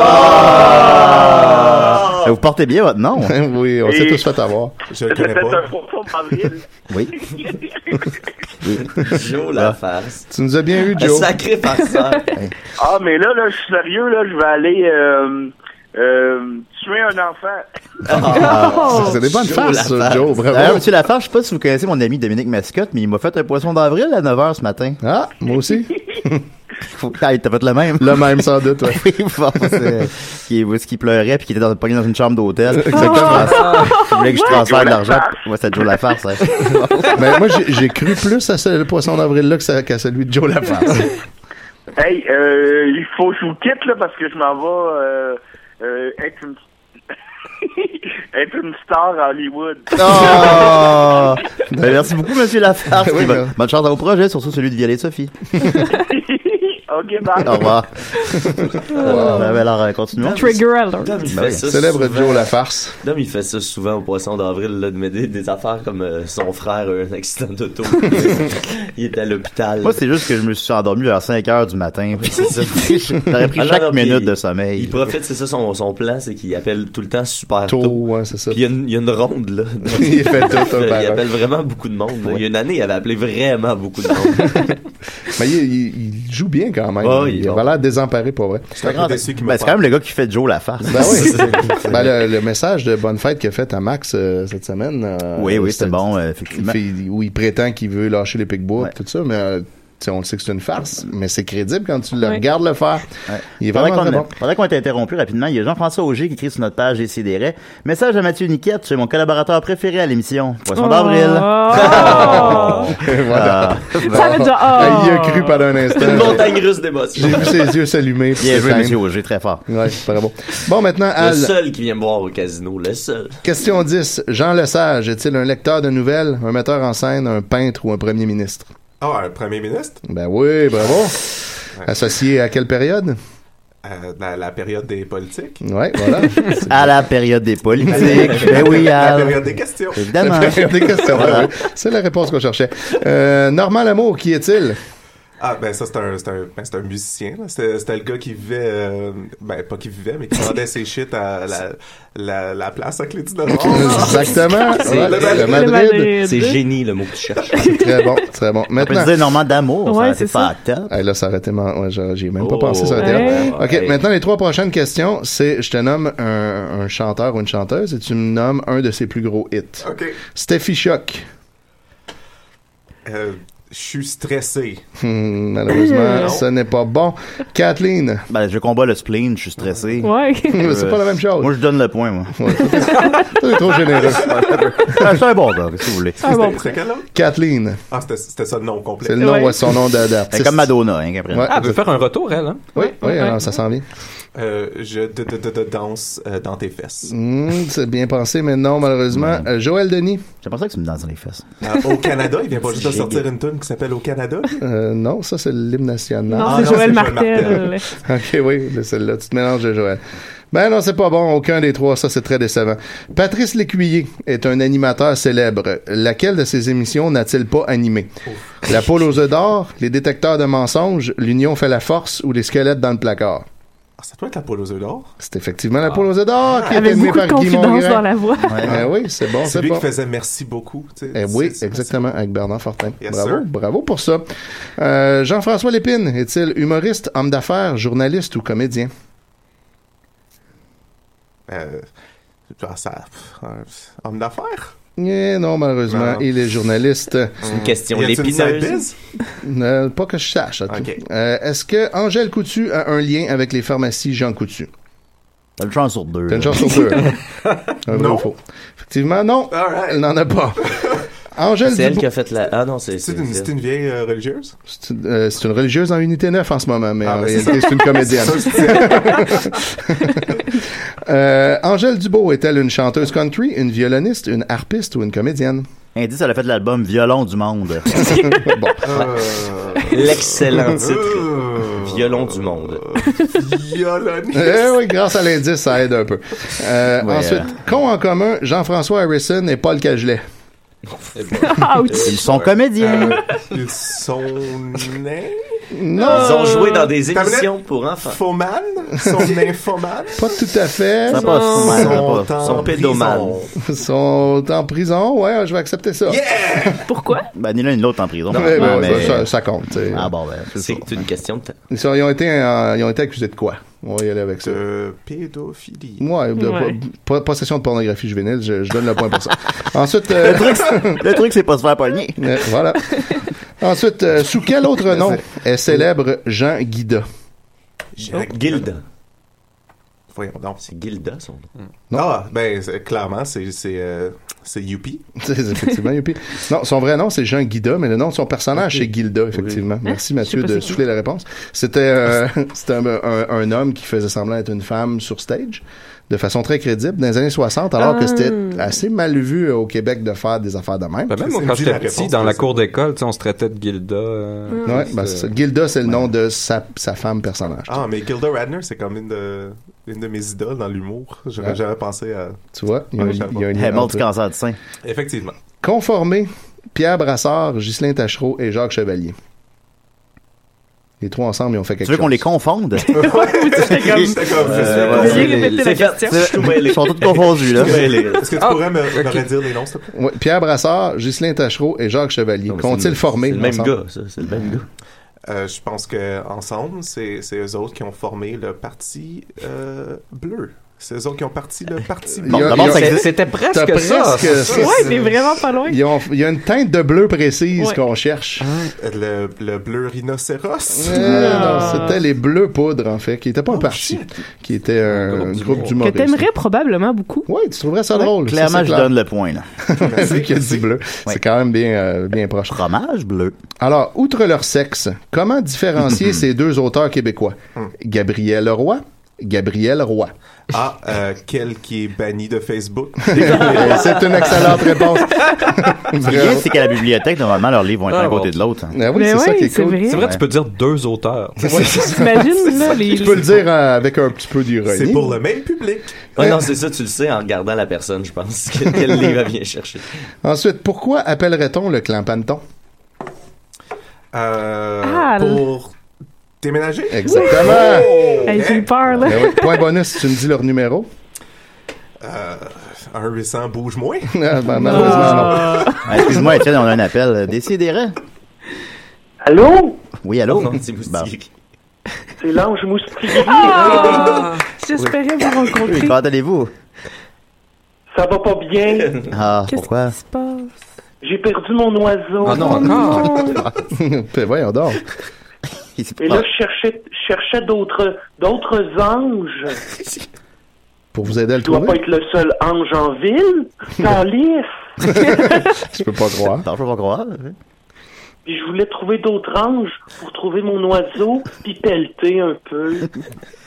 Speaker 2: Euh, Vous portez bien votre nom.
Speaker 8: oui, on s'est tous fait avoir.
Speaker 4: Je
Speaker 9: C'était un profond avril.
Speaker 2: Oui.
Speaker 5: Joe Lafarce.
Speaker 8: Tu nous as bien eu,
Speaker 5: Un
Speaker 8: Joe.
Speaker 5: sacré farceur.
Speaker 9: Ah, mais là, là, je suis sérieux, là, je vais aller euh, euh, tuer un enfant.
Speaker 2: Ah,
Speaker 8: C'est des bonnes
Speaker 2: Joe
Speaker 8: faces,
Speaker 2: Lafarce.
Speaker 8: Joe, bravo.
Speaker 2: D'ailleurs, monsieur Lafarge, je sais pas si vous connaissez mon ami Dominique Mascotte, mais il m'a fait un poisson d'avril à 9h ce matin.
Speaker 8: Ah, moi aussi.
Speaker 2: ah, il t'a fait le même.
Speaker 8: Le même, sans doute, ouais.
Speaker 2: oui, bon, c'est- qui, qui pleurait puis qui était dans, pogné dans une chambre d'hôtel.
Speaker 8: Exactement.
Speaker 2: Je voulais que je transfère de l'argent. Ouais, c'est Joe Lafarce, ouais.
Speaker 8: Mais moi, j'ai- j'ai cru plus à ce le poisson d'avril-là que ça- qu'à celui de Joe Lafarce.
Speaker 9: Hey, euh, il faut que je vous quitte, là, parce que je m'en vais euh, euh, être une... être une star à Hollywood.
Speaker 2: Ah. Oh! Ben, merci beaucoup, monsieur Lafarce.
Speaker 8: Oui, ben.
Speaker 2: Puis bonne-
Speaker 8: mais-
Speaker 2: Bonne chance dans vos projets, surtout celui de violer Sophie.
Speaker 9: OK, bye.
Speaker 2: Au revoir. Ben, ben, alors, euh, continuons.
Speaker 3: Trigger alert.
Speaker 2: Ben oui.
Speaker 8: Célèbre Joe Lafarce.
Speaker 5: Dom, il fait ça souvent au poisson d'avril, là, de me dire des affaires comme euh, son frère a eu un accident d'auto. il est à l'hôpital.
Speaker 2: Moi, c'est juste que je me suis endormi vers 5 heures du matin. J'aurais pris
Speaker 5: Ah non,
Speaker 2: chaque
Speaker 5: non, puis
Speaker 2: minute
Speaker 5: il-
Speaker 2: de sommeil.
Speaker 5: Il profite, c'est ça son, son plan, c'est qu'il appelle tout le temps super
Speaker 2: Tôt,
Speaker 5: tôt.
Speaker 8: ouais, c'est ça.
Speaker 5: Puis il y, a une- il y a une ronde, là.
Speaker 8: Il fait tout, tout
Speaker 5: Il
Speaker 8: par un.
Speaker 5: appelle vraiment beaucoup de monde. là. Il y a une année, il avait appelé vraiment beaucoup de monde.
Speaker 8: Mais il, il- il joue bien quand même.
Speaker 2: Oh,
Speaker 5: Ouais, il
Speaker 8: il
Speaker 5: est
Speaker 8: a
Speaker 5: bon.
Speaker 8: l'air désemparé, pour vrai.
Speaker 2: C'est grand- Ben, c'est quand même le gars qui fait Joe Lafarce.
Speaker 8: Ben oui. Ben, le, le message de bonne fête qu'il a fait à Max euh, cette semaine. euh,
Speaker 2: Oui, oui, c'était bon, euh, effectivement.
Speaker 8: il fait- où il prétend qu'il veut lâcher les picbois, tout ça, mais euh, tu sais, on le sait que c'est une farce, mais c'est crédible quand tu le
Speaker 2: Oui.
Speaker 8: regardes le faire. Il est
Speaker 2: Pendant
Speaker 8: vraiment
Speaker 2: qu'on
Speaker 8: très bon.
Speaker 2: pendant qu'on est interrompu rapidement, il y a Jean-François Auger qui écrit sur notre page Décideret. Message à Mathieu Niquette, c'est mon collaborateur préféré à l'émission. Poisson
Speaker 8: Oh.
Speaker 2: d'avril. Ah.
Speaker 8: voilà.
Speaker 2: Ça avait déjà-
Speaker 8: Ah, Il y a cru pendant un instant.
Speaker 5: C'est une montagne russe d'émotions.
Speaker 8: J'ai vu ses yeux s'allumer. puis
Speaker 2: Bien
Speaker 8: se
Speaker 2: joué,
Speaker 8: teindre.
Speaker 2: monsieur Auger, très fort.
Speaker 8: Ouais, c'est très bon. Bon, maintenant,
Speaker 5: Le
Speaker 8: Al.
Speaker 5: seul qui vient me voir au casino, le seul.
Speaker 8: Question 10. Jean Lesage est-il un lecteur de nouvelles, un metteur en scène, un peintre ou un premier ministre?
Speaker 4: Ah, un premier ministre?
Speaker 8: Ben oui, bravo. Associé à quelle période?
Speaker 4: Euh, dans la période des politiques?
Speaker 8: Ouais, voilà.
Speaker 2: à la période des politiques. ben oui, à
Speaker 4: La période des questions.
Speaker 2: Évidemment.
Speaker 8: La période des questions, ben
Speaker 4: Voilà.
Speaker 8: voilà. C'est la réponse qu'on cherchait. Euh, Normand Lamour, qui est-il?
Speaker 4: Ah, ben ça, c'est un, c'est un, ben, c'est un musicien. là. C'était c'était le gars qui vivait, euh, ben pas qui vivait, mais qui vendait ses shit à la, la, la place à Clédy de
Speaker 8: Exactement. Ouais, le Madrid.
Speaker 5: C'est génie le mot que tu cherches.
Speaker 8: Très bon, très bon. Maintenant.
Speaker 2: disait Normand d'amour, ça Ouais, aurait été c'est pas ça.
Speaker 8: Hey, là, ça aurait été mar- ouais, j'aurais- j'y ai même pas
Speaker 2: Oh.
Speaker 8: pensé, ça aurait été
Speaker 2: Hey.
Speaker 8: long. OK,
Speaker 2: Hey.
Speaker 8: maintenant, les trois prochaines questions, c'est je te nomme un, un chanteur ou une chanteuse et tu me nommes un de ses plus gros hits.
Speaker 4: OK.
Speaker 8: Steffi Choc.
Speaker 4: Euh, Je suis stressé.
Speaker 8: Hmm, malheureusement,
Speaker 4: Non.
Speaker 8: ce n'est pas bon. Oh, Kathleen.
Speaker 2: Ben, je combats le spleen, je suis stressé. Euh,
Speaker 3: Ouais.
Speaker 8: Mais c'est pas la même chose.
Speaker 2: Moi, je donne le point, moi. Ah,
Speaker 8: T'es trop généreux.
Speaker 2: c'est un bon gars, si vous voulez.
Speaker 4: Ah, bon, c'est quel autre?
Speaker 8: Kathleen.
Speaker 4: Ah, c'était c'était ça le nom complet.
Speaker 8: C'est le nom, ouais, son nom de- d'artiste.
Speaker 2: C'est comme Madonna, hein, Gabriel.
Speaker 8: Ouais. Ah, elle peut faire
Speaker 6: un retour, elle, hein?
Speaker 8: Oui, oui, alors, ça s'en vient.
Speaker 4: Euh, je de, de, de, de danse euh, dans tes fesses.
Speaker 8: Hmm, c'est bien pensé, mais non, malheureusement. Euh, Joël Denis.
Speaker 2: C'est pour ça que tu me danses dans les fesses.
Speaker 4: Euh, au Canada, il vient pas juste de
Speaker 2: J'ai-
Speaker 4: sortir une tune qui s'appelle Au Canada.
Speaker 8: Euh, non, ça, c'est l'hymne national.
Speaker 4: Non, Ah, c'est non, Joël c'est Joël Martel.
Speaker 8: OK, oui, c'est celle-là. Tu te mélanges de Joël. Ben non, c'est pas bon. Aucun des trois. Ça, c'est très décevant. Patrice Lécuyer est un animateur célèbre. Laquelle de ses émissions n'a-t-il pas animé? La poule aux œufs d'or, les détecteurs de mensonges, l'union fait la force ou les squelettes dans le placard?
Speaker 4: Ah, ça doit être la poule aux œufs d'or.
Speaker 8: C'est effectivement
Speaker 4: Ah.
Speaker 8: la poule aux œufs d'or Ah, qui est
Speaker 4: Avec
Speaker 8: animée
Speaker 4: beaucoup
Speaker 8: par
Speaker 4: de
Speaker 8: Guy
Speaker 4: confidence
Speaker 8: Mongrain.
Speaker 4: dans la voix.
Speaker 8: Ouais. Ben oui, c'est bon.
Speaker 4: C'est lui
Speaker 8: bon.
Speaker 4: qui faisait merci beaucoup. tu sais.
Speaker 8: Eh oui, exactement, avec Bernard Fortin.
Speaker 4: Yes,
Speaker 8: bravo,
Speaker 4: sir.
Speaker 8: bravo pour ça. Euh, Jean-François Lépine, est-il humoriste, homme d'affaires, journaliste ou comédien?
Speaker 4: Euh, ah, ça, pff, un homme d'affaires.
Speaker 8: Eh non, malheureusement,
Speaker 4: Non.
Speaker 8: il est journaliste.
Speaker 5: C'est une question
Speaker 4: Y a-t-il une side
Speaker 5: lépineuse.
Speaker 4: biz?
Speaker 8: Euh, pas que je sache. en tout. Euh, Est-ce que Angèle Coutu a un lien avec les pharmacies Jean Coutu?
Speaker 2: T'as une chance sur deux.
Speaker 8: T'as une chance sur deux. hein? un vrai
Speaker 2: Non.
Speaker 8: ou faux? Effectivement, non. Elle n'en a pas. Angèle
Speaker 5: C'est elle
Speaker 8: Dubois-
Speaker 5: qui a fait la. Ah non, c'est.
Speaker 4: C'est une, c'est une vieille euh, religieuse.
Speaker 8: C'est une- euh, c'est une religieuse en unité 9 en ce moment, mais en
Speaker 4: ben, c'est
Speaker 8: réalité,
Speaker 4: ça.
Speaker 8: c'est une comédienne.
Speaker 4: C'est ça, je
Speaker 8: Euh, Angèle Dubois est-elle une chanteuse country, une violoniste, une harpiste ou une comédienne?
Speaker 2: Indice, elle a fait l'album Violon du monde.
Speaker 8: bon.
Speaker 4: Euh.
Speaker 5: L'excellent titre. Violon du monde.
Speaker 8: Eh oui, grâce à l'indice, ça aide un peu. Euh,
Speaker 5: Ouais,
Speaker 8: ensuite, qu'ont en commun Jean-François Harrison et Paul Cagelet?
Speaker 5: Eh ben. Euh,
Speaker 2: Ils sont comédiens.
Speaker 4: Euh, Ils sont nés.
Speaker 8: Non.
Speaker 5: Ils ont joué dans des
Speaker 4: T'as
Speaker 5: émissions
Speaker 4: vu?
Speaker 5: pour enfants.
Speaker 4: Foman, son infomane.
Speaker 8: Pas tout à fait.
Speaker 4: Ça passe, Son- man, ça son passe. temps en
Speaker 5: pédoman.
Speaker 8: Ils sont en prison, ouais, je vais accepter ça.
Speaker 2: Pourquoi? Ben, ni l'un ni l'autre en prison.
Speaker 8: Ouais, ben,
Speaker 2: Ah,
Speaker 8: ouais, ça- ça compte, tu sais.
Speaker 2: Ah, bon, ben, c'est ça.
Speaker 5: C'est une question de temps.
Speaker 8: Ils, sont- ils ont été, euh, ils ont été accusés de quoi? On va y aller avec ça.
Speaker 4: Pédophilie.
Speaker 8: Ouais, de-
Speaker 4: Ouais.
Speaker 8: po- possession de pornographie juvénile, je, je donne le point pour ça. Ensuite, euh,
Speaker 2: Le truc, c'est- le truc, c'est pas se faire pogner.
Speaker 8: euh, voilà. Ensuite, euh, sous quel autre nom est célèbre Jean Guida?
Speaker 5: Gilda.
Speaker 4: Voyons donc.
Speaker 5: C'est Gilda, son nom.
Speaker 4: Ah, ben, c'est- clairement, c'est c'est, euh, c'est Youpi.
Speaker 8: C'est effectivement Youpi. Non, son vrai nom, c'est Jean Guida, mais le nom de son personnage, c'est Gilda, effectivement. Merci, Mathieu,
Speaker 4: pas
Speaker 8: de
Speaker 4: c'est
Speaker 8: souffler la réponse. C'était euh, c'était un, un- un homme qui faisait semblant être une femme sur stage, de façon très crédible, dans les années 60, alors que
Speaker 6: Ah.
Speaker 8: c'était assez mal vu euh, au Québec de faire des affaires de même.
Speaker 6: Ben, même moi, quand j'étais petit, dans la cour d'école, tu sais, on se traitait de Gilda. euh,
Speaker 8: Ouais, ben, c'est ça. Gilda, c'est le nom de sa, sa femme personnage.
Speaker 4: Ah, mais Gilda Radner, c'est comme une de, une de mes idoles dans l'humour. J'aurais
Speaker 8: Ouais.
Speaker 4: jamais pensé à.
Speaker 8: Tu vois, il y a,
Speaker 4: Ouais,
Speaker 8: un-
Speaker 4: j'avoue.
Speaker 8: il y a un lien
Speaker 4: Hey,
Speaker 8: entre-
Speaker 4: du cancer du sein. Effectivement.
Speaker 8: Conformé, Pierre Brassard, Ghislain Tachereau et Jacques Chevalier. Les trois ensemble, ils ont fait quelque
Speaker 2: Tu veux
Speaker 8: chose.
Speaker 2: qu'on les confonde?
Speaker 8: Euh, ouais.
Speaker 2: Ils sont tous confondus, là.
Speaker 4: Est-ce que
Speaker 5: Ah,
Speaker 4: tu pourrais me, me redire les noms, s'il te plaît?
Speaker 8: Ouais, Pierre Brassard, Ghislain Tachereau et Jacques Chevalier. Qu'ont-ils formé? ensemble?
Speaker 5: ça. C'est le même gars.
Speaker 4: Euh, je pense que ensemble, c'est c'est eux autres qui ont formé le parti euh, bleu. C'est eux autres qui ont parti le parti
Speaker 8: Il y a-
Speaker 4: bleu.
Speaker 8: il y a- t'as presque ça.
Speaker 3: pas loin.
Speaker 8: Ils ont- Il y a une teinte de bleu précise
Speaker 4: Ouais.
Speaker 8: qu'on cherche.
Speaker 4: Hein, Le, le bleu rhinocéros.
Speaker 8: Euh,
Speaker 5: Ah.
Speaker 8: non, C'était les bleus poudres, en fait, qui n'étaient pas
Speaker 5: Oh,
Speaker 8: un parti, qui était un groupe
Speaker 3: Que
Speaker 8: d'humoristes.
Speaker 3: t'aimerais probablement beaucoup.
Speaker 8: Ouais, tu trouverais ça drôle.
Speaker 2: Clairement,
Speaker 8: Ça, c'est
Speaker 2: je
Speaker 8: clair.
Speaker 2: donne le point, là.
Speaker 8: Vu qu'il y a du bleu, c'est quand même bien, euh, bien proche.
Speaker 2: Fromage bleu.
Speaker 8: Alors, outre leur sexe,
Speaker 5: Hmm.
Speaker 8: comment différencier ces deux auteurs québécois? Gabriel Roy, Gabriel Roy.
Speaker 4: Ah, euh, quel qui est banni de Facebook?
Speaker 8: C'est une excellente réponse.
Speaker 2: Ce qui est bien, c'est qu'à la bibliothèque, normalement, leurs livres vont être
Speaker 4: Ah,
Speaker 2: d'un
Speaker 4: bon.
Speaker 2: côté de l'autre. hein.
Speaker 8: Ah oui, Mais c'est ça oui, qui est c'est cool. vrai.
Speaker 6: C'est vrai, tu peux
Speaker 4: dire deux auteurs.
Speaker 6: T'imagines, là, les-
Speaker 8: Je peux le dire euh, avec un petit peu d'ironie.
Speaker 5: C'est pour le
Speaker 4: même public.
Speaker 5: Ouais, non, c'est ça, tu le sais en regardant la personne, je pense. que- Quel livre elle vient chercher.
Speaker 8: Ensuite, pourquoi appellerait-on le clan Panton?
Speaker 4: Euh,
Speaker 3: Ah, l-
Speaker 4: pour déménager?
Speaker 8: Exactement.
Speaker 4: Oh!
Speaker 3: Hey, j'ai eu peur, là.
Speaker 8: Ben oui, point bonus, si tu me dis leur numéro.
Speaker 4: Euh, un 800 bouge moins.
Speaker 8: Ah, ben, malheureusement, non.
Speaker 2: Ah, Excuse-moi, Étienne, on a un appel. Euh, Décidérez.
Speaker 10: Allô?
Speaker 2: Oui, allô?
Speaker 5: Non, c'est moustique.
Speaker 10: C'est l'ange moustique.
Speaker 3: Ah! J'espérais vous rencontrer.
Speaker 2: Comment allez-vous?
Speaker 10: Ça va pas bien.
Speaker 2: Ah, pourquoi?
Speaker 10: J'ai perdu mon oiseau. Oh,
Speaker 8: Ben voyons donc.
Speaker 10: Et là, je cherchais, je cherchais d'autres, d'autres anges.
Speaker 8: Pour vous aider à le
Speaker 10: Je dois pas
Speaker 8: trouver?
Speaker 10: être le seul ange en ville. Calice.
Speaker 8: Je peux pas croire.
Speaker 2: Non, je peux pas
Speaker 8: Ah,
Speaker 2: croire. oui.
Speaker 10: Puis je voulais trouver d'autres anges pour trouver mon oiseau, puis pelleter un peu.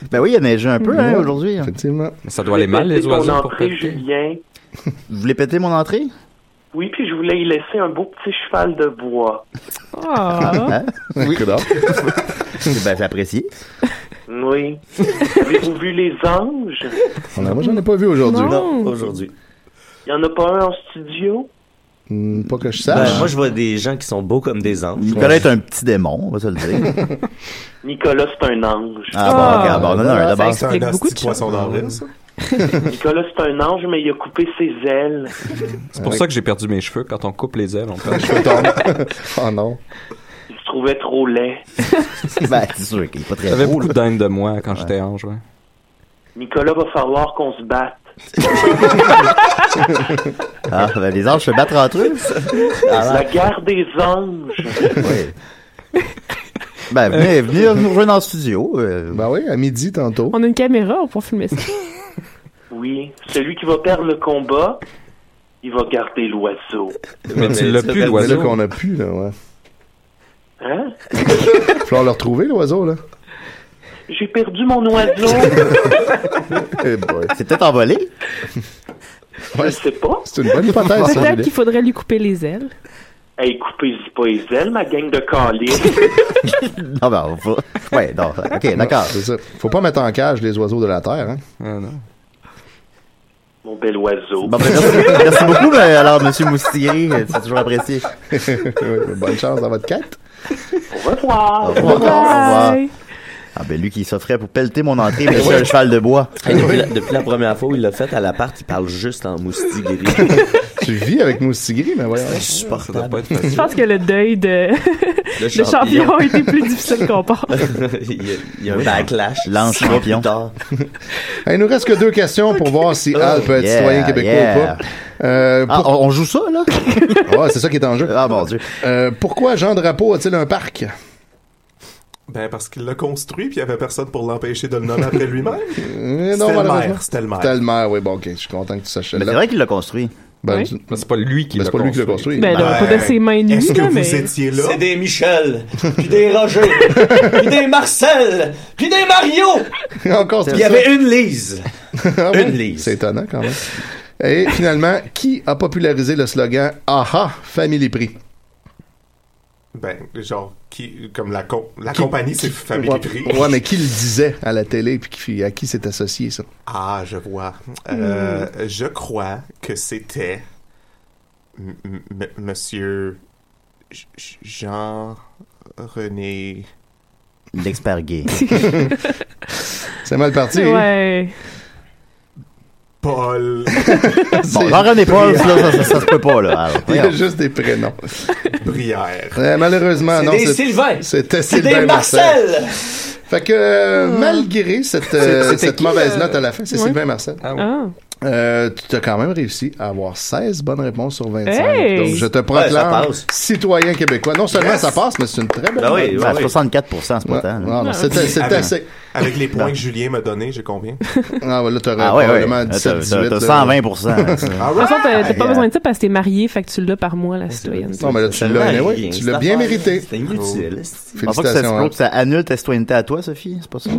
Speaker 2: Ben oui, il a neigé un peu hein,
Speaker 8: Ouais,
Speaker 2: aujourd'hui.
Speaker 8: Effectivement.
Speaker 6: Ça doit aller mal, les
Speaker 10: Pelleter mon
Speaker 6: oiseaux, pour
Speaker 10: entrée,
Speaker 6: pelleter.
Speaker 10: Julien.
Speaker 2: Vous voulez péter mon entrée?
Speaker 10: Oui, puis je voulais y laisser un beau petit cheval de bois.
Speaker 8: Ah.
Speaker 2: Hein? Oui. ben, j'ai apprécié.
Speaker 10: Oui. Avez-vous vu les anges?
Speaker 8: On a- Ah, moi, j'en ai pas vu aujourd'hui.
Speaker 5: Non, pas aujourd'hui.
Speaker 10: Il n'y en a pas un en studio?
Speaker 8: Hmm, pas que je sache.
Speaker 5: Ben, moi, je vois des gens qui sont beaux comme des anges.
Speaker 2: Nicolas est un petit démon, on va se le dire.
Speaker 10: Nicolas, c'est un ange.
Speaker 2: Ah, bon, Ah, ok, ah, bon, on en a voilà, un, ça d'abord.
Speaker 4: C'est un hostie de poisson d'envie, ça.
Speaker 10: Nicolas, c'est un ange, mais il a coupé ses ailes.
Speaker 6: C'est pour
Speaker 10: Oui.
Speaker 6: ça que j'ai perdu mes cheveux. Quand on coupe les ailes, on perd les cheveux.
Speaker 8: oh non.
Speaker 10: Il se trouvait trop laid.
Speaker 2: ben, c'est sûr qu'il est pas très
Speaker 6: J'avais
Speaker 2: beau.
Speaker 6: beaucoup de haine de moi quand j'étais ange, ouais.
Speaker 10: Nicolas, va falloir qu'on se batte.
Speaker 2: Ah, ben, les anges se battent entre eux. Ah,
Speaker 10: La
Speaker 2: ben,
Speaker 10: guerre des anges.
Speaker 2: ben, venez, venez nous rejoindre en studio. euh,
Speaker 8: Euh. Ben oui, à midi tantôt.
Speaker 3: On a une caméra, on peut filmer ça.
Speaker 10: Oui. Celui qui va perdre le combat, il va garder l'oiseau.
Speaker 6: Mais tu l'as plus,
Speaker 8: C'est
Speaker 6: l'oiseau.
Speaker 8: là qu'on a pu, là, ouais.
Speaker 10: Hein?
Speaker 8: Il va falloir le retrouver, l'oiseau, là.
Speaker 10: J'ai perdu mon oiseau.
Speaker 8: Eh boy.
Speaker 2: C'est peut-être envolé.
Speaker 10: Je sais pas.
Speaker 8: C'est une bonne hypothèse, ça,
Speaker 3: Peut-être
Speaker 8: Julie.
Speaker 3: qu'il faudrait lui couper les ailes.
Speaker 10: Hey, coupez-y pas les ailes, ma gang de calices.
Speaker 2: Non, ben, on va. Ouais, non, ok, d'accord.
Speaker 8: C'est ça. Faut pas mettre en cage les oiseaux de la terre, hein.
Speaker 6: Ah non.
Speaker 10: Mon bel oiseau.
Speaker 2: Bon, ben, merci, merci beaucoup, ben, alors, monsieur Moustiri, euh, c'est toujours apprécié.
Speaker 8: Bonne chance dans votre quête.
Speaker 10: Au revoir.
Speaker 2: Au revoir. Au revoir. Ah, ben, lui qui s'offrait pour pelleter mon entrée, mais c'est un cheval de bois.
Speaker 5: Hey, depuis, la, depuis la première fois où il l'a fait à l'appart, il parle juste en moustique
Speaker 8: Tu vis avec Moustigri, mais voyons.
Speaker 5: Ça doit pas être
Speaker 3: Je pense que le deuil de,
Speaker 5: Le
Speaker 3: de
Speaker 5: champignon.
Speaker 3: champion a été plus difficile qu'on pense.
Speaker 5: il, y a, il y a un backlash.
Speaker 2: L'ange
Speaker 5: Six ans
Speaker 2: champion.
Speaker 5: plus tard.
Speaker 8: Eh, Il nous reste que deux questions pour voir si Al peut être
Speaker 2: Oh, yeah,
Speaker 8: citoyen québécois
Speaker 2: yeah.
Speaker 8: ou pas. Euh,
Speaker 2: Ah,
Speaker 8: pour-
Speaker 2: on, on joue ça, là?
Speaker 8: Ouais, c'est ça qui est en jeu.
Speaker 2: Ah, mon Dieu.
Speaker 8: Euh, pourquoi Jean Drapeau a-t-il un parc? Eh
Speaker 4: Ben, parce qu'il l'a construit, puis il y avait personne pour l'empêcher de le nommer après lui-même.
Speaker 8: Eh,
Speaker 4: C'était le
Speaker 8: malheureusement.
Speaker 4: maire, c'était le maire.
Speaker 8: C'était le maire, oui, bon, ok, je suis content que tu saches
Speaker 2: Mais c'est vrai qu'il l'a construit.
Speaker 8: Ben,
Speaker 3: Oui.
Speaker 8: tu-
Speaker 6: C'est pas lui qui
Speaker 8: Ben,
Speaker 6: l'a
Speaker 8: c'est pas lui qui l'a construit.
Speaker 3: Ben, il aurait pas de ses mains nues,
Speaker 4: Est-ce que
Speaker 3: là,
Speaker 4: vous
Speaker 3: mais...
Speaker 4: étiez là?
Speaker 5: C'est des Michel, puis des Roger, puis des Marcel, puis des Mario.
Speaker 8: Encore
Speaker 5: Il y avait une Lise.
Speaker 8: une liste. Ah C'est étonnant, quand même. Et finalement, qui a popularisé le slogan Aha, Family Prix?
Speaker 4: Ben, genre, qui, comme la, com- la compagnie, c'est Family
Speaker 8: ouais,
Speaker 4: Prix.
Speaker 8: ouais, mais qui le disait à la télé puis qui- à qui c'est associé, ça?
Speaker 4: Ah, je vois. Euh, Je crois que c'était M- M- M- Monsieur J- J- Jean-René...
Speaker 2: L'expert gay.
Speaker 8: C'est mal parti. hein?
Speaker 3: Ouais.
Speaker 4: Paul.
Speaker 2: Bon, Jean-René Paul, ça, ça, ça- ça se peut pas, là. Alors,
Speaker 8: Il y
Speaker 2: voyons.
Speaker 8: a juste des prénoms.
Speaker 4: Brière.
Speaker 8: Euh, malheureusement,
Speaker 5: C'est
Speaker 8: non.
Speaker 5: des
Speaker 8: c'est-
Speaker 5: Sylvain.
Speaker 8: C'était
Speaker 5: C'est
Speaker 8: Sylvain
Speaker 5: des Marcel.
Speaker 8: Fait que euh, malgré cette, euh,
Speaker 6: C'était
Speaker 8: cette
Speaker 6: qui,
Speaker 8: mauvaise
Speaker 6: euh,
Speaker 8: note à la fin, c'est
Speaker 6: ouais.
Speaker 8: Sylvain Marcel.
Speaker 6: Ah oui.
Speaker 3: Ah.
Speaker 8: Euh, tu as quand même réussi à avoir 16 bonnes réponses sur 25.
Speaker 2: Hey!
Speaker 8: Donc, je te
Speaker 2: Ouais,
Speaker 8: proclame
Speaker 2: ça passe.
Speaker 8: citoyen québécois. Non seulement
Speaker 2: Yes!
Speaker 8: ça passe, mais c'est une très belle
Speaker 2: Ben oui,
Speaker 8: note.
Speaker 2: ben À oui. 64%, c'est pas
Speaker 8: Ouais.
Speaker 2: tant, là.
Speaker 8: Non, non,
Speaker 2: Ah,
Speaker 8: c'était
Speaker 2: oui.
Speaker 8: c'était
Speaker 2: Avec-
Speaker 8: assez.
Speaker 4: Avec les points
Speaker 8: Non.
Speaker 4: que Julien m'a donnés, j'ai combien?
Speaker 8: Ah, ouais, là, t'aurais
Speaker 2: Ah ouais,
Speaker 8: probablement
Speaker 2: ouais.
Speaker 8: 17,
Speaker 2: T'as- t'as-
Speaker 8: 18.
Speaker 2: t'as
Speaker 8: là.
Speaker 2: 120%,
Speaker 8: Ah
Speaker 2: là, tu-
Speaker 3: De toute façon, t'as t'as pas besoin de ça parce que t'es marié, fait que tu l'as par mois, la citoyenneté.
Speaker 8: Non, mais là, tu l'as, anyway, tu l'as bien mérité.
Speaker 5: C'était
Speaker 4: Oh.
Speaker 5: inutile.
Speaker 2: Je pense pas que ça se
Speaker 8: Félicitations,
Speaker 2: peut
Speaker 8: hein.
Speaker 2: que ça annule ta citoyenneté à toi, Sophie, c'est pas ça? non,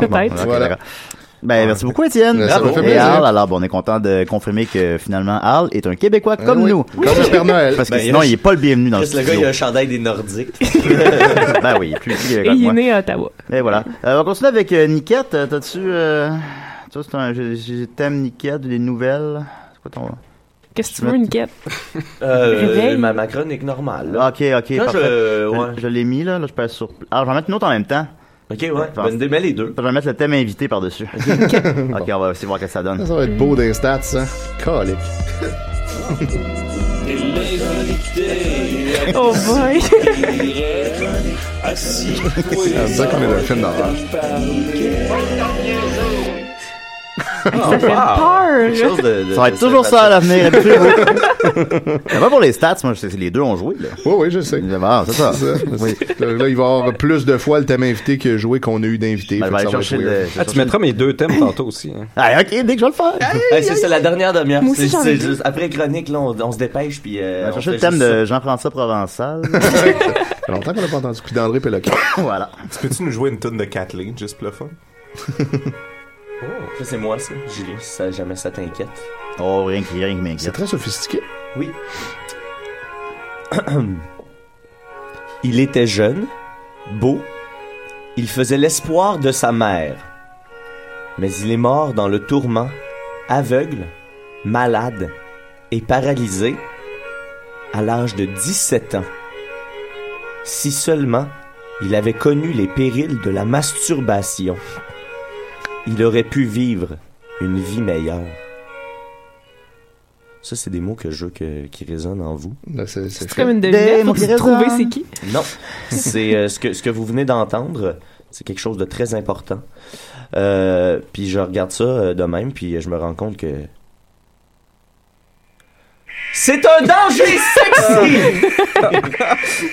Speaker 2: bon,
Speaker 8: Peut-être.
Speaker 2: ok,
Speaker 8: Voilà.
Speaker 2: d'accord. Ben, merci beaucoup, Étienne.
Speaker 8: Ça m'a fait
Speaker 2: Et
Speaker 8: plaisir.
Speaker 2: Arl, alors, bon, on est content de confirmer que finalement, Arl est un Québécois
Speaker 5: Eh
Speaker 2: comme
Speaker 5: oui,
Speaker 2: nous.
Speaker 5: comme le Père Noël.
Speaker 2: Parce que
Speaker 5: Ben, il
Speaker 2: sinon,
Speaker 5: reste-
Speaker 2: il est pas le bienvenu dans le
Speaker 5: Chris, le gars,
Speaker 2: studio.
Speaker 5: il a un chandail des Nordiques.
Speaker 2: ben oui, il est plus petit
Speaker 3: Et
Speaker 2: Québécois que
Speaker 3: il est
Speaker 2: moi.
Speaker 3: né à Ottawa.
Speaker 2: Et voilà. Euh, on continue avec euh, Niquette. Euh, T'as-tu, euh, tu vois, c'est un, j'ai- j'ai- t'aimes Niquette, des nouvelles? C'est quoi ton...
Speaker 3: Qu'est-ce que tu
Speaker 2: Je
Speaker 3: veux,
Speaker 2: me-
Speaker 3: une quête?
Speaker 5: Euh,
Speaker 2: Réveil.
Speaker 5: ma, ma chronique normale.
Speaker 2: Ah, Ok, ok,
Speaker 5: Là,
Speaker 2: parfait.
Speaker 5: je-
Speaker 2: Je-
Speaker 5: ouais.
Speaker 2: Je, l'ai mis, là, là, je passe sur... Alors, je vais en mettre une autre en même temps.
Speaker 5: Ok, ouais, bonne idée, les deux.
Speaker 2: Je vais mettre le thème invité par-dessus. ok, on va essayer de voir ce que ça donne.
Speaker 8: Ça, ça va être beau des stats, ça. Calique.
Speaker 3: Oh boy!
Speaker 8: Ça veut dire qu'on est dans un film d'horreur.
Speaker 3: Ça fait peur!
Speaker 2: Ah, ça va être toujours ça à l'avenir, habituez-vous. Ça va pour les stats, moi, je sais, les deux ont joué, là.
Speaker 8: Oui, oui, je sais.
Speaker 2: Ah, c'est ça.
Speaker 8: Oui. Là, il va y avoir plus de fois le thème invité que joué qu'on a eu d'invités.
Speaker 2: Ben, je vais aller chercher le- je vais
Speaker 6: Ah, tu mettras mes deux thèmes tantôt aussi. hein.
Speaker 2: Ah, ok, dès que je vais le faire.
Speaker 5: Hey, c'est c'est la dernière demi-heure.
Speaker 2: Moi aussi,
Speaker 5: C'est-
Speaker 2: j'en ai
Speaker 5: c'est
Speaker 2: deux.
Speaker 5: juste- Après chronique, là, on, on se dépêche. Puis, euh,
Speaker 2: Je vais
Speaker 5: on
Speaker 2: chercher Ben,
Speaker 5: fait
Speaker 2: le thème
Speaker 5: juste ça.
Speaker 2: de Jean-François Provençal.
Speaker 8: Ça fait longtemps qu'on n'a pas entendu coup d'André Péloquin.
Speaker 2: voilà.
Speaker 4: Tu peux-tu nous jouer une tonne de Kathleen, juste pour le fun?
Speaker 5: Oh. Ça, c'est moi, ça, Julien. Si ça, jamais ça t'inquiète.
Speaker 2: Oh, rien qui, rien qui m'inquiète.
Speaker 8: C'est très sophistiqué.
Speaker 5: Oui. il était jeune, beau. Il faisait l'espoir de sa mère. Mais il est mort dans le tourment, aveugle, malade et paralysé à l'âge de 17 ans. Si seulement il avait connu les périls de la masturbation, il aurait pu vivre une vie meilleure. Ça, c'est des mots que je veux que- qui résonnent en vous.
Speaker 8: Ben, C'est
Speaker 3: comme une devinette, faut
Speaker 2: mon
Speaker 3: que tu
Speaker 2: petit
Speaker 3: trouves
Speaker 2: raisin.
Speaker 3: c'est qui.
Speaker 5: Non, c'est euh, ce, que, ce que vous venez d'entendre, c'est quelque chose de très important. Euh, puis je regarde ça euh, de même, puis je me rends compte que... C'est un danger sexy!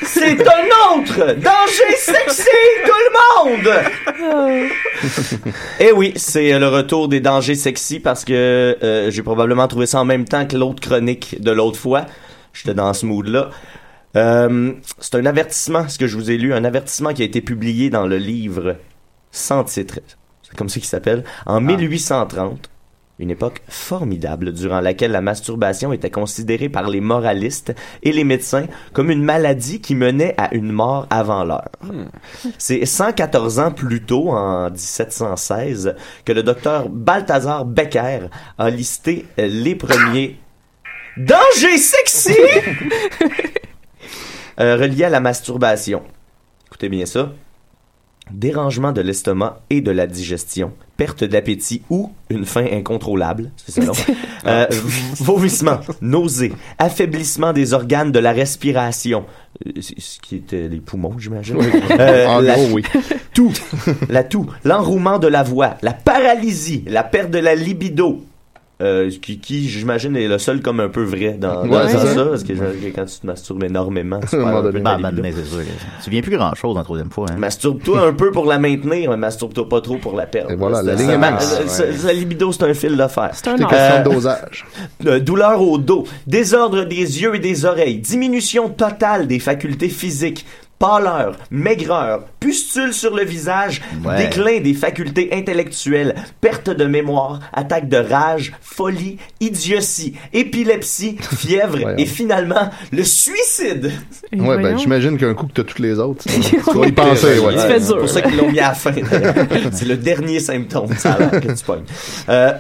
Speaker 5: c'est un autre danger sexy, tout le monde! Eh oui, c'est euh, le retour des dangers sexy parce que euh, j'ai probablement trouvé ça en même temps que l'autre chronique de l'autre fois. J'étais dans ce mood-là. Euh, c'est un avertissement, ce que je vous ai lu, un avertissement qui a été publié dans le livre sans titre. C'est comme ça qu'il s'appelle. En 1830, une époque formidable durant laquelle la masturbation était considérée par les moralistes et les médecins comme une maladie qui menait à une mort avant l'heure. C'est 114 ans plus tôt, en 1716, que le docteur Balthazar Becker a listé euh, les premiers dangers sexy euh, reliés à la masturbation. Écoutez bien ça. Dérangement de l'estomac et de la digestion, perte d'appétit ou une faim incontrôlable, c'est selon.
Speaker 8: Ah.
Speaker 5: Euh, vomissements, nausées, affaiblissement des organes de la respiration, euh, c- ce qui est euh, les poumons, j'imagine. Euh,
Speaker 8: Oui. En gros, oui.
Speaker 5: Tout, la toux, l'enrouement de la voix, la paralysie, la perte de la libido. euh, qui, qui, j'imagine, est le seul comme un peu vrai dans, dans
Speaker 2: Ouais, c'est
Speaker 5: ça,
Speaker 2: ça.
Speaker 5: parce que je- quand tu te masturbes énormément, tu
Speaker 2: À un
Speaker 5: perds
Speaker 2: moment
Speaker 5: un peu
Speaker 2: donné.
Speaker 5: ta
Speaker 2: Ben, ben,
Speaker 5: libido.
Speaker 2: ben, c'est sûr que- Tu viens plus grand chose la troisième fois. Hein.
Speaker 5: Masturbe-toi un peu pour la maintenir, mais masturbe-toi pas trop pour la perdre.
Speaker 2: voilà, la
Speaker 5: C'est-
Speaker 2: ligne est
Speaker 5: ça-
Speaker 2: mince.
Speaker 5: euh, ça- ça- La libido, c'est un fil d'affaires. C'est
Speaker 8: un Tout est art. question de dosage.
Speaker 5: douleur au dos, désordre des yeux et des oreilles, diminution totale des facultés physiques, pâleur, maigreur, pustules sur le visage,
Speaker 2: Ouais.
Speaker 5: déclin des facultés intellectuelles, perte de mémoire, attaque de rage, folie, idiotie, épilepsie, fièvre et finalement le suicide.
Speaker 8: Ouais, ben, j'imagine qu'un coup que t'as toutes les autres, tu vas y penser, ouais.
Speaker 5: C'est pour ça qu'ils l'ont mis à la fin. d'ailleurs. c'est le dernier symptôme, ça a l'air que tu pognes. Euh,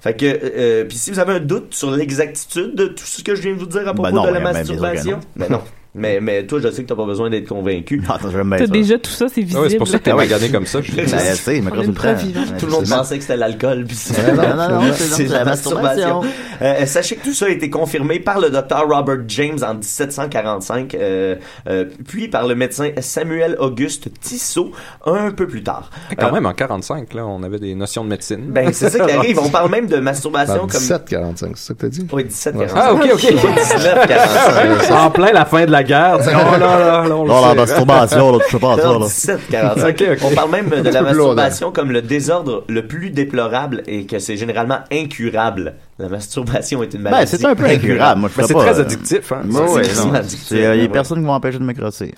Speaker 5: fait que, euh, puis si vous avez un doute sur l'exactitude de tout ce que je viens de vous dire à propos
Speaker 2: non,
Speaker 5: de la
Speaker 2: ben, bien sûr que
Speaker 5: masturbation,
Speaker 2: non.
Speaker 5: ben non. Mais, mais toi, je sais que t'as pas besoin d'être convaincu.
Speaker 2: Ah, j'aime bien
Speaker 3: T'as déjà tout ça, c'est visible.
Speaker 5: Ouais, c'est pour ça que t'es
Speaker 3: Ah ouais.
Speaker 5: magané comme ça, je
Speaker 2: Ben,
Speaker 5: dis.
Speaker 2: tu sais, il me
Speaker 5: On
Speaker 2: croise
Speaker 5: est
Speaker 2: une
Speaker 5: une preuve
Speaker 2: traîne.
Speaker 5: vivante.
Speaker 2: Ouais,
Speaker 5: Tout le monde
Speaker 2: c'est ça.
Speaker 5: pensait que c'était l'alcool, puis c'est
Speaker 2: Non, non, non, c'est-
Speaker 5: c'est de la masturbation. Euh, sachez que tout ça a été confirmé par le docteur Robert James en 1745, euh, euh, puis par le médecin Samuel Auguste Tissot un peu plus tard.
Speaker 6: Quand
Speaker 5: Euh,
Speaker 6: même, en 45, là, on avait des notions de médecine.
Speaker 5: Ben, c'est ça qui arrive. On parle même de
Speaker 2: Ben,
Speaker 5: masturbation comme.
Speaker 8: 1745, c'est ça que t'as dit?
Speaker 5: Oui, 17
Speaker 6: Ah, ok, ok.
Speaker 5: 1945.
Speaker 6: en plein la fin de la guerre. tu sais, Oh là là, là, on le
Speaker 5: Non, la
Speaker 6: sait.
Speaker 5: masturbation, là, tu sais pas, toi, là. 17,45.
Speaker 6: Ok, ok.
Speaker 5: On parle même de la
Speaker 6: Un peu plus lourd, hein.
Speaker 5: masturbation comme le désordre le plus déplorable et que c'est généralement incurable. La masturbation est une maladie. Ben,
Speaker 2: Ben, c'est un peu incurable. Moi, je ferais pas, euh, Ouais,
Speaker 5: C'est
Speaker 2: ouais,
Speaker 5: extrêmement
Speaker 2: non.
Speaker 5: addictif,
Speaker 2: C'est, euh, Il y a
Speaker 5: ouais.
Speaker 2: personne qui va m'empêcher de me crosser.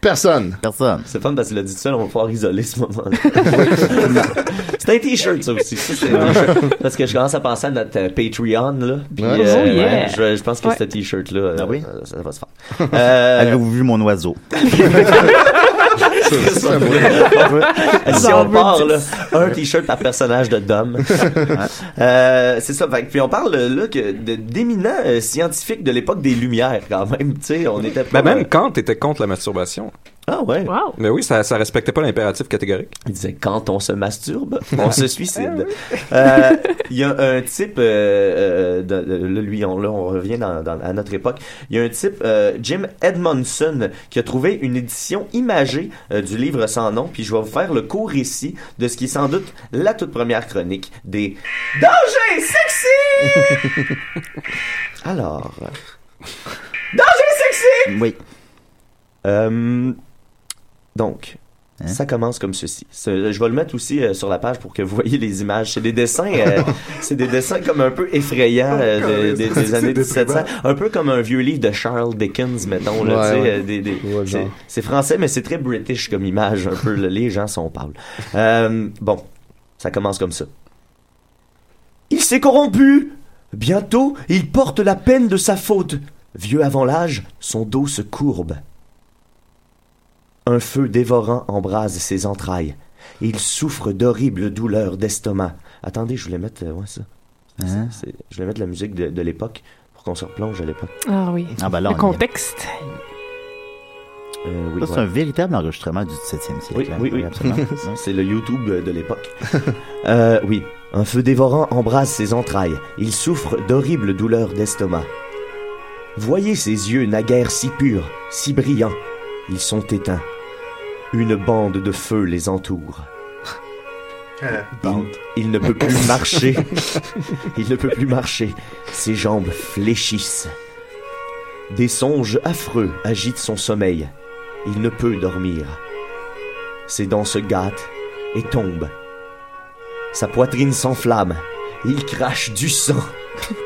Speaker 8: Personne.
Speaker 2: Personne.
Speaker 5: C'est fun parce qu'il a dit ça, on va pouvoir isoler ce moment-là. c'est un t-shirt, ça aussi. Ça, c'est un t-shirt. parce que je commence à penser à notre euh, Patreon, là. Puis,
Speaker 2: Ouais.
Speaker 5: euh,
Speaker 2: Oh, yeah.
Speaker 5: ouais, je, je pense que
Speaker 2: Ouais.
Speaker 5: ce t-shirt-là, euh, euh, ça va se faire.
Speaker 2: Ah Avez-vous vu mon oiseau?
Speaker 5: si
Speaker 2: J'en
Speaker 5: on
Speaker 2: veux
Speaker 5: part,
Speaker 2: dix.
Speaker 5: là, un t-shirt par personnage de Dom. Euh, c'est ça. Fait, que- puis on parle euh, là que de- d'éminents euh, scientifiques de l'époque des Lumières, quand même. Tu sais, on était pas. euh,
Speaker 6: Ben, même Kant était contre la masturbation.
Speaker 5: Ah ouais.
Speaker 6: Mais oui, ça, ça respectait pas l'impératif catégorique.
Speaker 5: Il disait quand on se masturbe, on se suicide. Euh, Il y a un type, euh, euh, de- de- là, lui, on, là, on revient dans- dans- à notre époque. Il y a un type, euh, Jim Edmondson, qui a trouvé une édition imagée euh, du livre sans nom. Puis je vais vous faire le court récit de ce qui est sans doute la toute première chronique des Danger sexy! Alors. Danger sexy! Oui. Euh, donc,
Speaker 2: Hein?
Speaker 5: ça commence comme ceci. Ce- je vais le mettre aussi euh, sur la page pour que vous voyez les images. C'est des dessins, euh, c'est des dessins comme un peu effrayants euh, de- des- des
Speaker 2: Oh, C'est
Speaker 5: années
Speaker 2: déprimant.
Speaker 5: 1700. Un peu comme un vieux livre de Charles Dickens, mettons. là,
Speaker 2: Ouais,
Speaker 5: tu sais,
Speaker 2: ouais.
Speaker 5: euh, des- des- c'est- c'est français, mais c'est très british comme image, un peu. là. les gens s'en parlent. Euh, bon, ça commence comme ça. Il s'est corrompu Bientôt, il porte la peine de sa faute. Vieux avant l'âge, son dos se courbe. Un feu dévorant embrase ses entrailles. Il souffre d'horribles douleurs d'estomac. Attendez, je voulais mettre... euh, ouais, ça.
Speaker 2: Hein?
Speaker 5: C'est- c'est- je voulais mettre la musique de, de l'époque pour qu'on se replonge à l'époque.
Speaker 3: Ah oui.
Speaker 2: Ah, ben là,
Speaker 3: le
Speaker 2: on y est.
Speaker 3: contexte.
Speaker 5: Euh,
Speaker 2: Ça,
Speaker 5: oui,
Speaker 2: c'est
Speaker 5: voilà.
Speaker 2: un véritable enregistrement du 17e siècle.
Speaker 5: Oui,
Speaker 2: hein.
Speaker 5: oui, oui.
Speaker 2: absolument.
Speaker 5: C'est le YouTube de l'époque. Euh, oui. Un feu dévorant embrase ses entrailles. Il souffre d'horribles douleurs d'estomac. Voyez ses yeux naguère si purs, si brillants. Ils sont éteints. Une bande de feu les entoure. Il, il ne peut plus marcher. Il ne peut plus marcher. Ses jambes fléchissent. Des songes affreux agitent son sommeil. Il ne peut dormir. Ses dents se gâtent et tombent. Sa poitrine s'enflamme. Il crache du sang.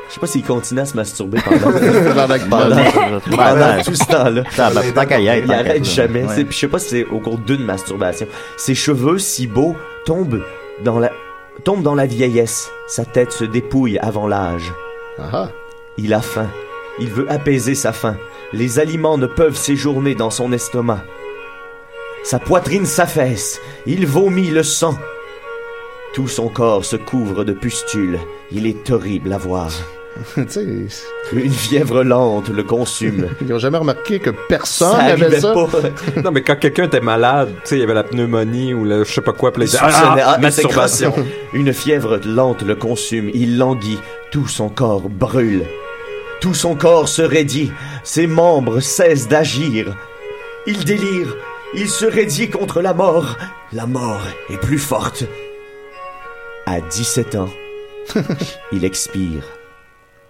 Speaker 5: Je sais pas s'il continue à se masturber pendant,
Speaker 2: Pendant que-
Speaker 5: pendant- pendant tout ce temps-là.
Speaker 2: Tabarnak, tant qu'à y être,
Speaker 5: Il
Speaker 2: tant qu'à
Speaker 5: arrête
Speaker 2: ça.
Speaker 5: jamais.
Speaker 2: Ouais.
Speaker 5: C'est- puis Je sais pas si c'est au cours d'une masturbation. Ses cheveux, si beaux, tombent dans la, tombent dans la vieillesse. Sa tête se dépouille avant l'âge.
Speaker 2: Ah
Speaker 5: Il a faim. Il veut apaiser sa faim. Les aliments ne peuvent séjourner dans son estomac. Sa poitrine s'affaisse. Il vomit le sang. Tout son corps se couvre de pustules. Il est horrible à voir.
Speaker 8: Tu sais,
Speaker 5: Une fièvre lente le consume.
Speaker 8: ils ont jamais remarqué que personne
Speaker 5: Ça
Speaker 8: n'avait
Speaker 5: arrivait
Speaker 8: ça.
Speaker 5: pas.
Speaker 6: non, mais quand quelqu'un était malade, tu sais, il y avait la pneumonie ou le je sais pas quoi, puis il disait,
Speaker 5: Il soupçonnait-
Speaker 6: ah,
Speaker 5: ah,
Speaker 6: masturbation.
Speaker 5: c'est grosse. Une fièvre lente le consume, il languit, tout son corps brûle. Tout son corps se raidit, ses membres cessent d'agir. Il délire, il se raidit contre la mort. La mort est plus forte. À 17 ans, il expire,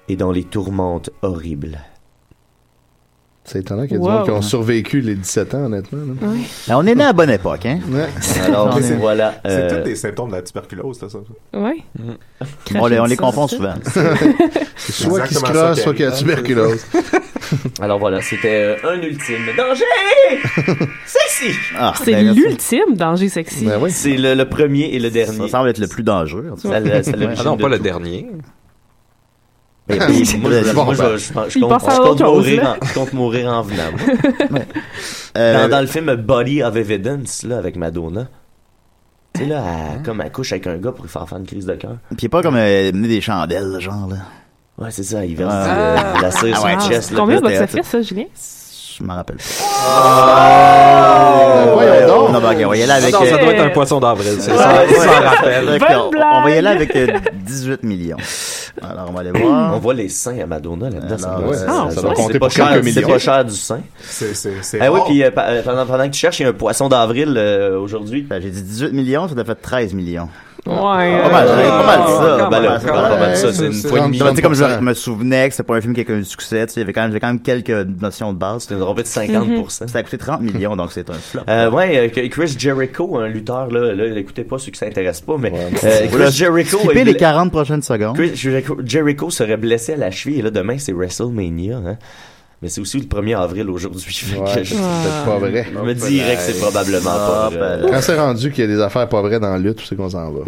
Speaker 5: et dans les tourmentes horribles.
Speaker 8: C'est étonnant qu'il y a des gens qui ont survécu les 17 ans, honnêtement. là.
Speaker 3: Oui.
Speaker 2: Ben, on est né à la bonne époque, hein?
Speaker 5: Alors,
Speaker 2: On est-
Speaker 5: voilà,
Speaker 4: C'est
Speaker 5: euh,
Speaker 4: tous des symptômes de la tuberculose, là, ça.
Speaker 3: Oui.
Speaker 2: On les, on
Speaker 4: Cracher du sang,
Speaker 2: les confond
Speaker 4: c'est
Speaker 2: souvent.
Speaker 4: ça?
Speaker 8: C'est soit qui se crosse, soit qu'il y a la tuberculose.
Speaker 5: Alors voilà, c'était euh, un ultime danger Sexy
Speaker 3: c'est
Speaker 5: ben,
Speaker 3: l'ultime danger sexy.
Speaker 8: Ben
Speaker 5: C'est le, le premier et le dernier. Ça semble être le plus dangereux.
Speaker 3: cas.
Speaker 6: Ah non, pas le dernier.
Speaker 5: Moi, je- Eh ben, moi, je- moi, je- je pense- je
Speaker 6: Il
Speaker 5: compte-
Speaker 6: passe à
Speaker 5: je compte
Speaker 6: autre chose,
Speaker 5: mourir
Speaker 6: là.
Speaker 5: en- je compte mourir en venant. moi.
Speaker 2: Euh,
Speaker 5: dans, dans le film Body of Evidence, là, avec Madonna, tu sais, là, elle, comme elle couche avec un gars pour lui faire faire une crise de cœur.
Speaker 2: Puis il est pas comme euh, mener des chandelles, genre, là.
Speaker 5: Ouais, c'est ça, il verse
Speaker 3: Ah.
Speaker 5: euh, la cire sur
Speaker 3: Ah ouais.
Speaker 5: la chest. là,
Speaker 3: Combien
Speaker 5: puis là,
Speaker 3: va te
Speaker 5: t'es-
Speaker 3: faire ça, Julien?
Speaker 2: Je m'en rappelle.
Speaker 5: Oh!
Speaker 2: Voyons donc.
Speaker 5: Non, ben, ok, on va y aller
Speaker 2: Ah
Speaker 5: avec.
Speaker 2: non, ça
Speaker 5: euh,
Speaker 2: doit être un
Speaker 6: poisson d'avril,
Speaker 5: ça. Ça,
Speaker 2: Ouais.
Speaker 5: ça, ça rappelle.
Speaker 2: Fait qu'on- On va y aller avec euh, 18 millions. Alors, on va aller voir.
Speaker 5: On voit les seins à Madonna là-dedans. ça
Speaker 2: Alors, euh,
Speaker 5: doit-
Speaker 2: Ah, ouais, ça
Speaker 5: ça
Speaker 2: doit
Speaker 5: doit-
Speaker 2: compter
Speaker 5: Ah, c'est pas
Speaker 2: pour quelques
Speaker 5: cher-
Speaker 2: millions.
Speaker 5: C'est pas cher du sein.
Speaker 4: C'est, c'est, c'est
Speaker 5: Ah oui,
Speaker 4: rare.
Speaker 5: puis euh, pa- euh, pendant, pendant que tu cherches, il y a un poisson d'avril euh, aujourd'hui.
Speaker 2: Ben, J'ai dit 18 millions, ça t'a fait 13 millions.
Speaker 3: Ouais.
Speaker 2: Pas mal,
Speaker 5: euh,
Speaker 2: c'est pas mal
Speaker 5: quand
Speaker 2: ça.
Speaker 5: même,
Speaker 2: Ben là,
Speaker 5: quand
Speaker 2: c'est pas mal,
Speaker 5: même,
Speaker 2: pas mal
Speaker 5: c'est-
Speaker 2: ça, c'est une
Speaker 5: c'est
Speaker 2: fois et demie.
Speaker 5: 30%.
Speaker 2: Tu sais, Comme je je me souvenais que c'est pas un film qui a connu du succès, tu sais, il y avait quand même- j'avais quand même quelques notions de base. C'était
Speaker 5: une rompée de 50%.
Speaker 2: Ça a coûté 30 millions, donc c'est un flop.
Speaker 5: Euh, ouais, euh, que- Chris Jericho, un lutteur, là, là écoutez pas ceux qui s'intéressent pas, mais euh,
Speaker 2: Voilà,
Speaker 5: Chris Jericho...
Speaker 2: skippez
Speaker 5: il-
Speaker 2: les 40 prochaines secondes.
Speaker 5: Chris Jericho, Jericho serait blessé à la cheville, et là, demain, c'est WrestleMania, hein. Mais c'est aussi le 1er avril aujourd'hui. Fait que
Speaker 8: Ouais,
Speaker 5: je-
Speaker 8: c'est pas vrai.
Speaker 5: Je me dirais que c'est probablement pas vrai.
Speaker 8: Quand c'est rendu qu'il y a des affaires pas vraies dans la lutte, c'est qu'on s'en va.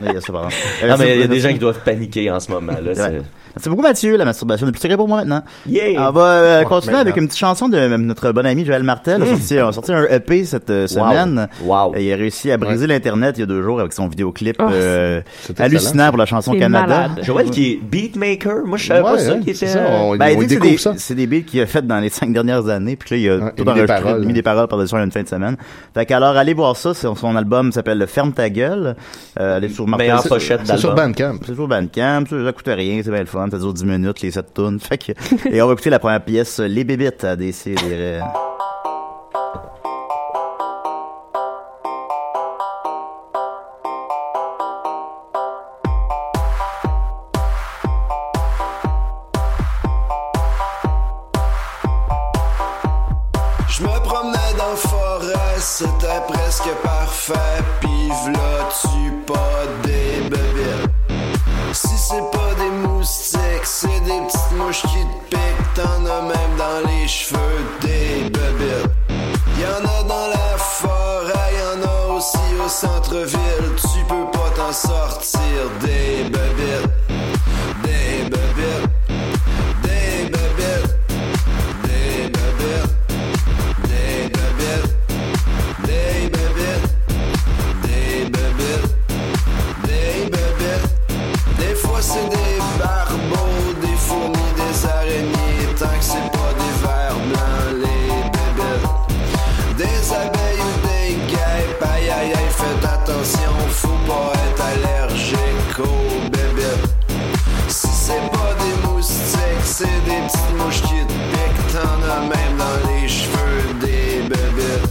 Speaker 2: Mais il y a ça, par exemple.
Speaker 5: Non, mais il y a des
Speaker 2: Merci-
Speaker 5: gens qui doivent paniquer en ce moment. Là,
Speaker 2: C'est vrai.
Speaker 5: c'est-
Speaker 2: Merci beaucoup Mathieu, la masturbation n'est plus secret pour moi maintenant.
Speaker 5: Yeah!
Speaker 2: On va euh,
Speaker 5: Ouais,
Speaker 2: continuer
Speaker 5: maintenant.
Speaker 2: avec une petite chanson de euh, notre bon ami Joël Martel. On a
Speaker 5: Mm.
Speaker 2: sorti- On a sorti un EP cette euh,
Speaker 5: Wow.
Speaker 2: semaine. Et il a réussi à briser l'Internet il y a deux jours avec son vidéoclip
Speaker 5: Oh,
Speaker 2: euh,
Speaker 5: c'est
Speaker 2: hallucinant
Speaker 5: excellent.
Speaker 2: pour la chanson
Speaker 5: C'est
Speaker 2: Canada.
Speaker 5: malade. Joël qui est beatmaker, moi je savais pas ça qui était...
Speaker 2: Ben, il dit que c'est des- C'est des beats qu'il a fait dans les cinq dernières années, puis là, il a
Speaker 8: il
Speaker 2: tout
Speaker 8: a mis des
Speaker 2: enregistré,
Speaker 8: paroles,
Speaker 2: mis des paroles par-dessus en une fin de semaine. Fait qu'alors, allez voir ça, son, son album s'appelle Ferme ta gueule. Euh, allez sur Martel.
Speaker 5: Meilleure
Speaker 2: C'est-
Speaker 5: pochette
Speaker 2: C'est sur
Speaker 5: d'album.
Speaker 2: Bandcamp. C'est sur Bandcamp, ça, ça coûte rien, c'est bien le fun, ça dure 10 minutes, les 7 tunes. Fait que, et on va écouter la première pièce, euh, Les Bébites à DC.
Speaker 11: Je me promenais dans la forêt, c'était presque parfait. Pis v'là tu pas des bébés. Si c'est pas des moustiques, c'est des petites mouches qui te piquent. T'en as même dans les cheveux des bébés. Y'en a dans la forêt, y'en a aussi au centre-ville. Tu peux pas t'en sortir des bébés. Des bébés. Des bébés. Des bébés. Des babettes, des babettes, des babettes, des babettes. Des fois c'est des barbeaux, des fourmis, des araignées. Tant que c'est pas des vers blancs, les babettes. Des abeilles ou des guêpes, aïe aïe aïe, faites attention, faut pas être allergique aux babettes. Si c'est pas des moustiques, c'est des petites mouches qui te piquent. T'en as même dans les cheveux des bébés.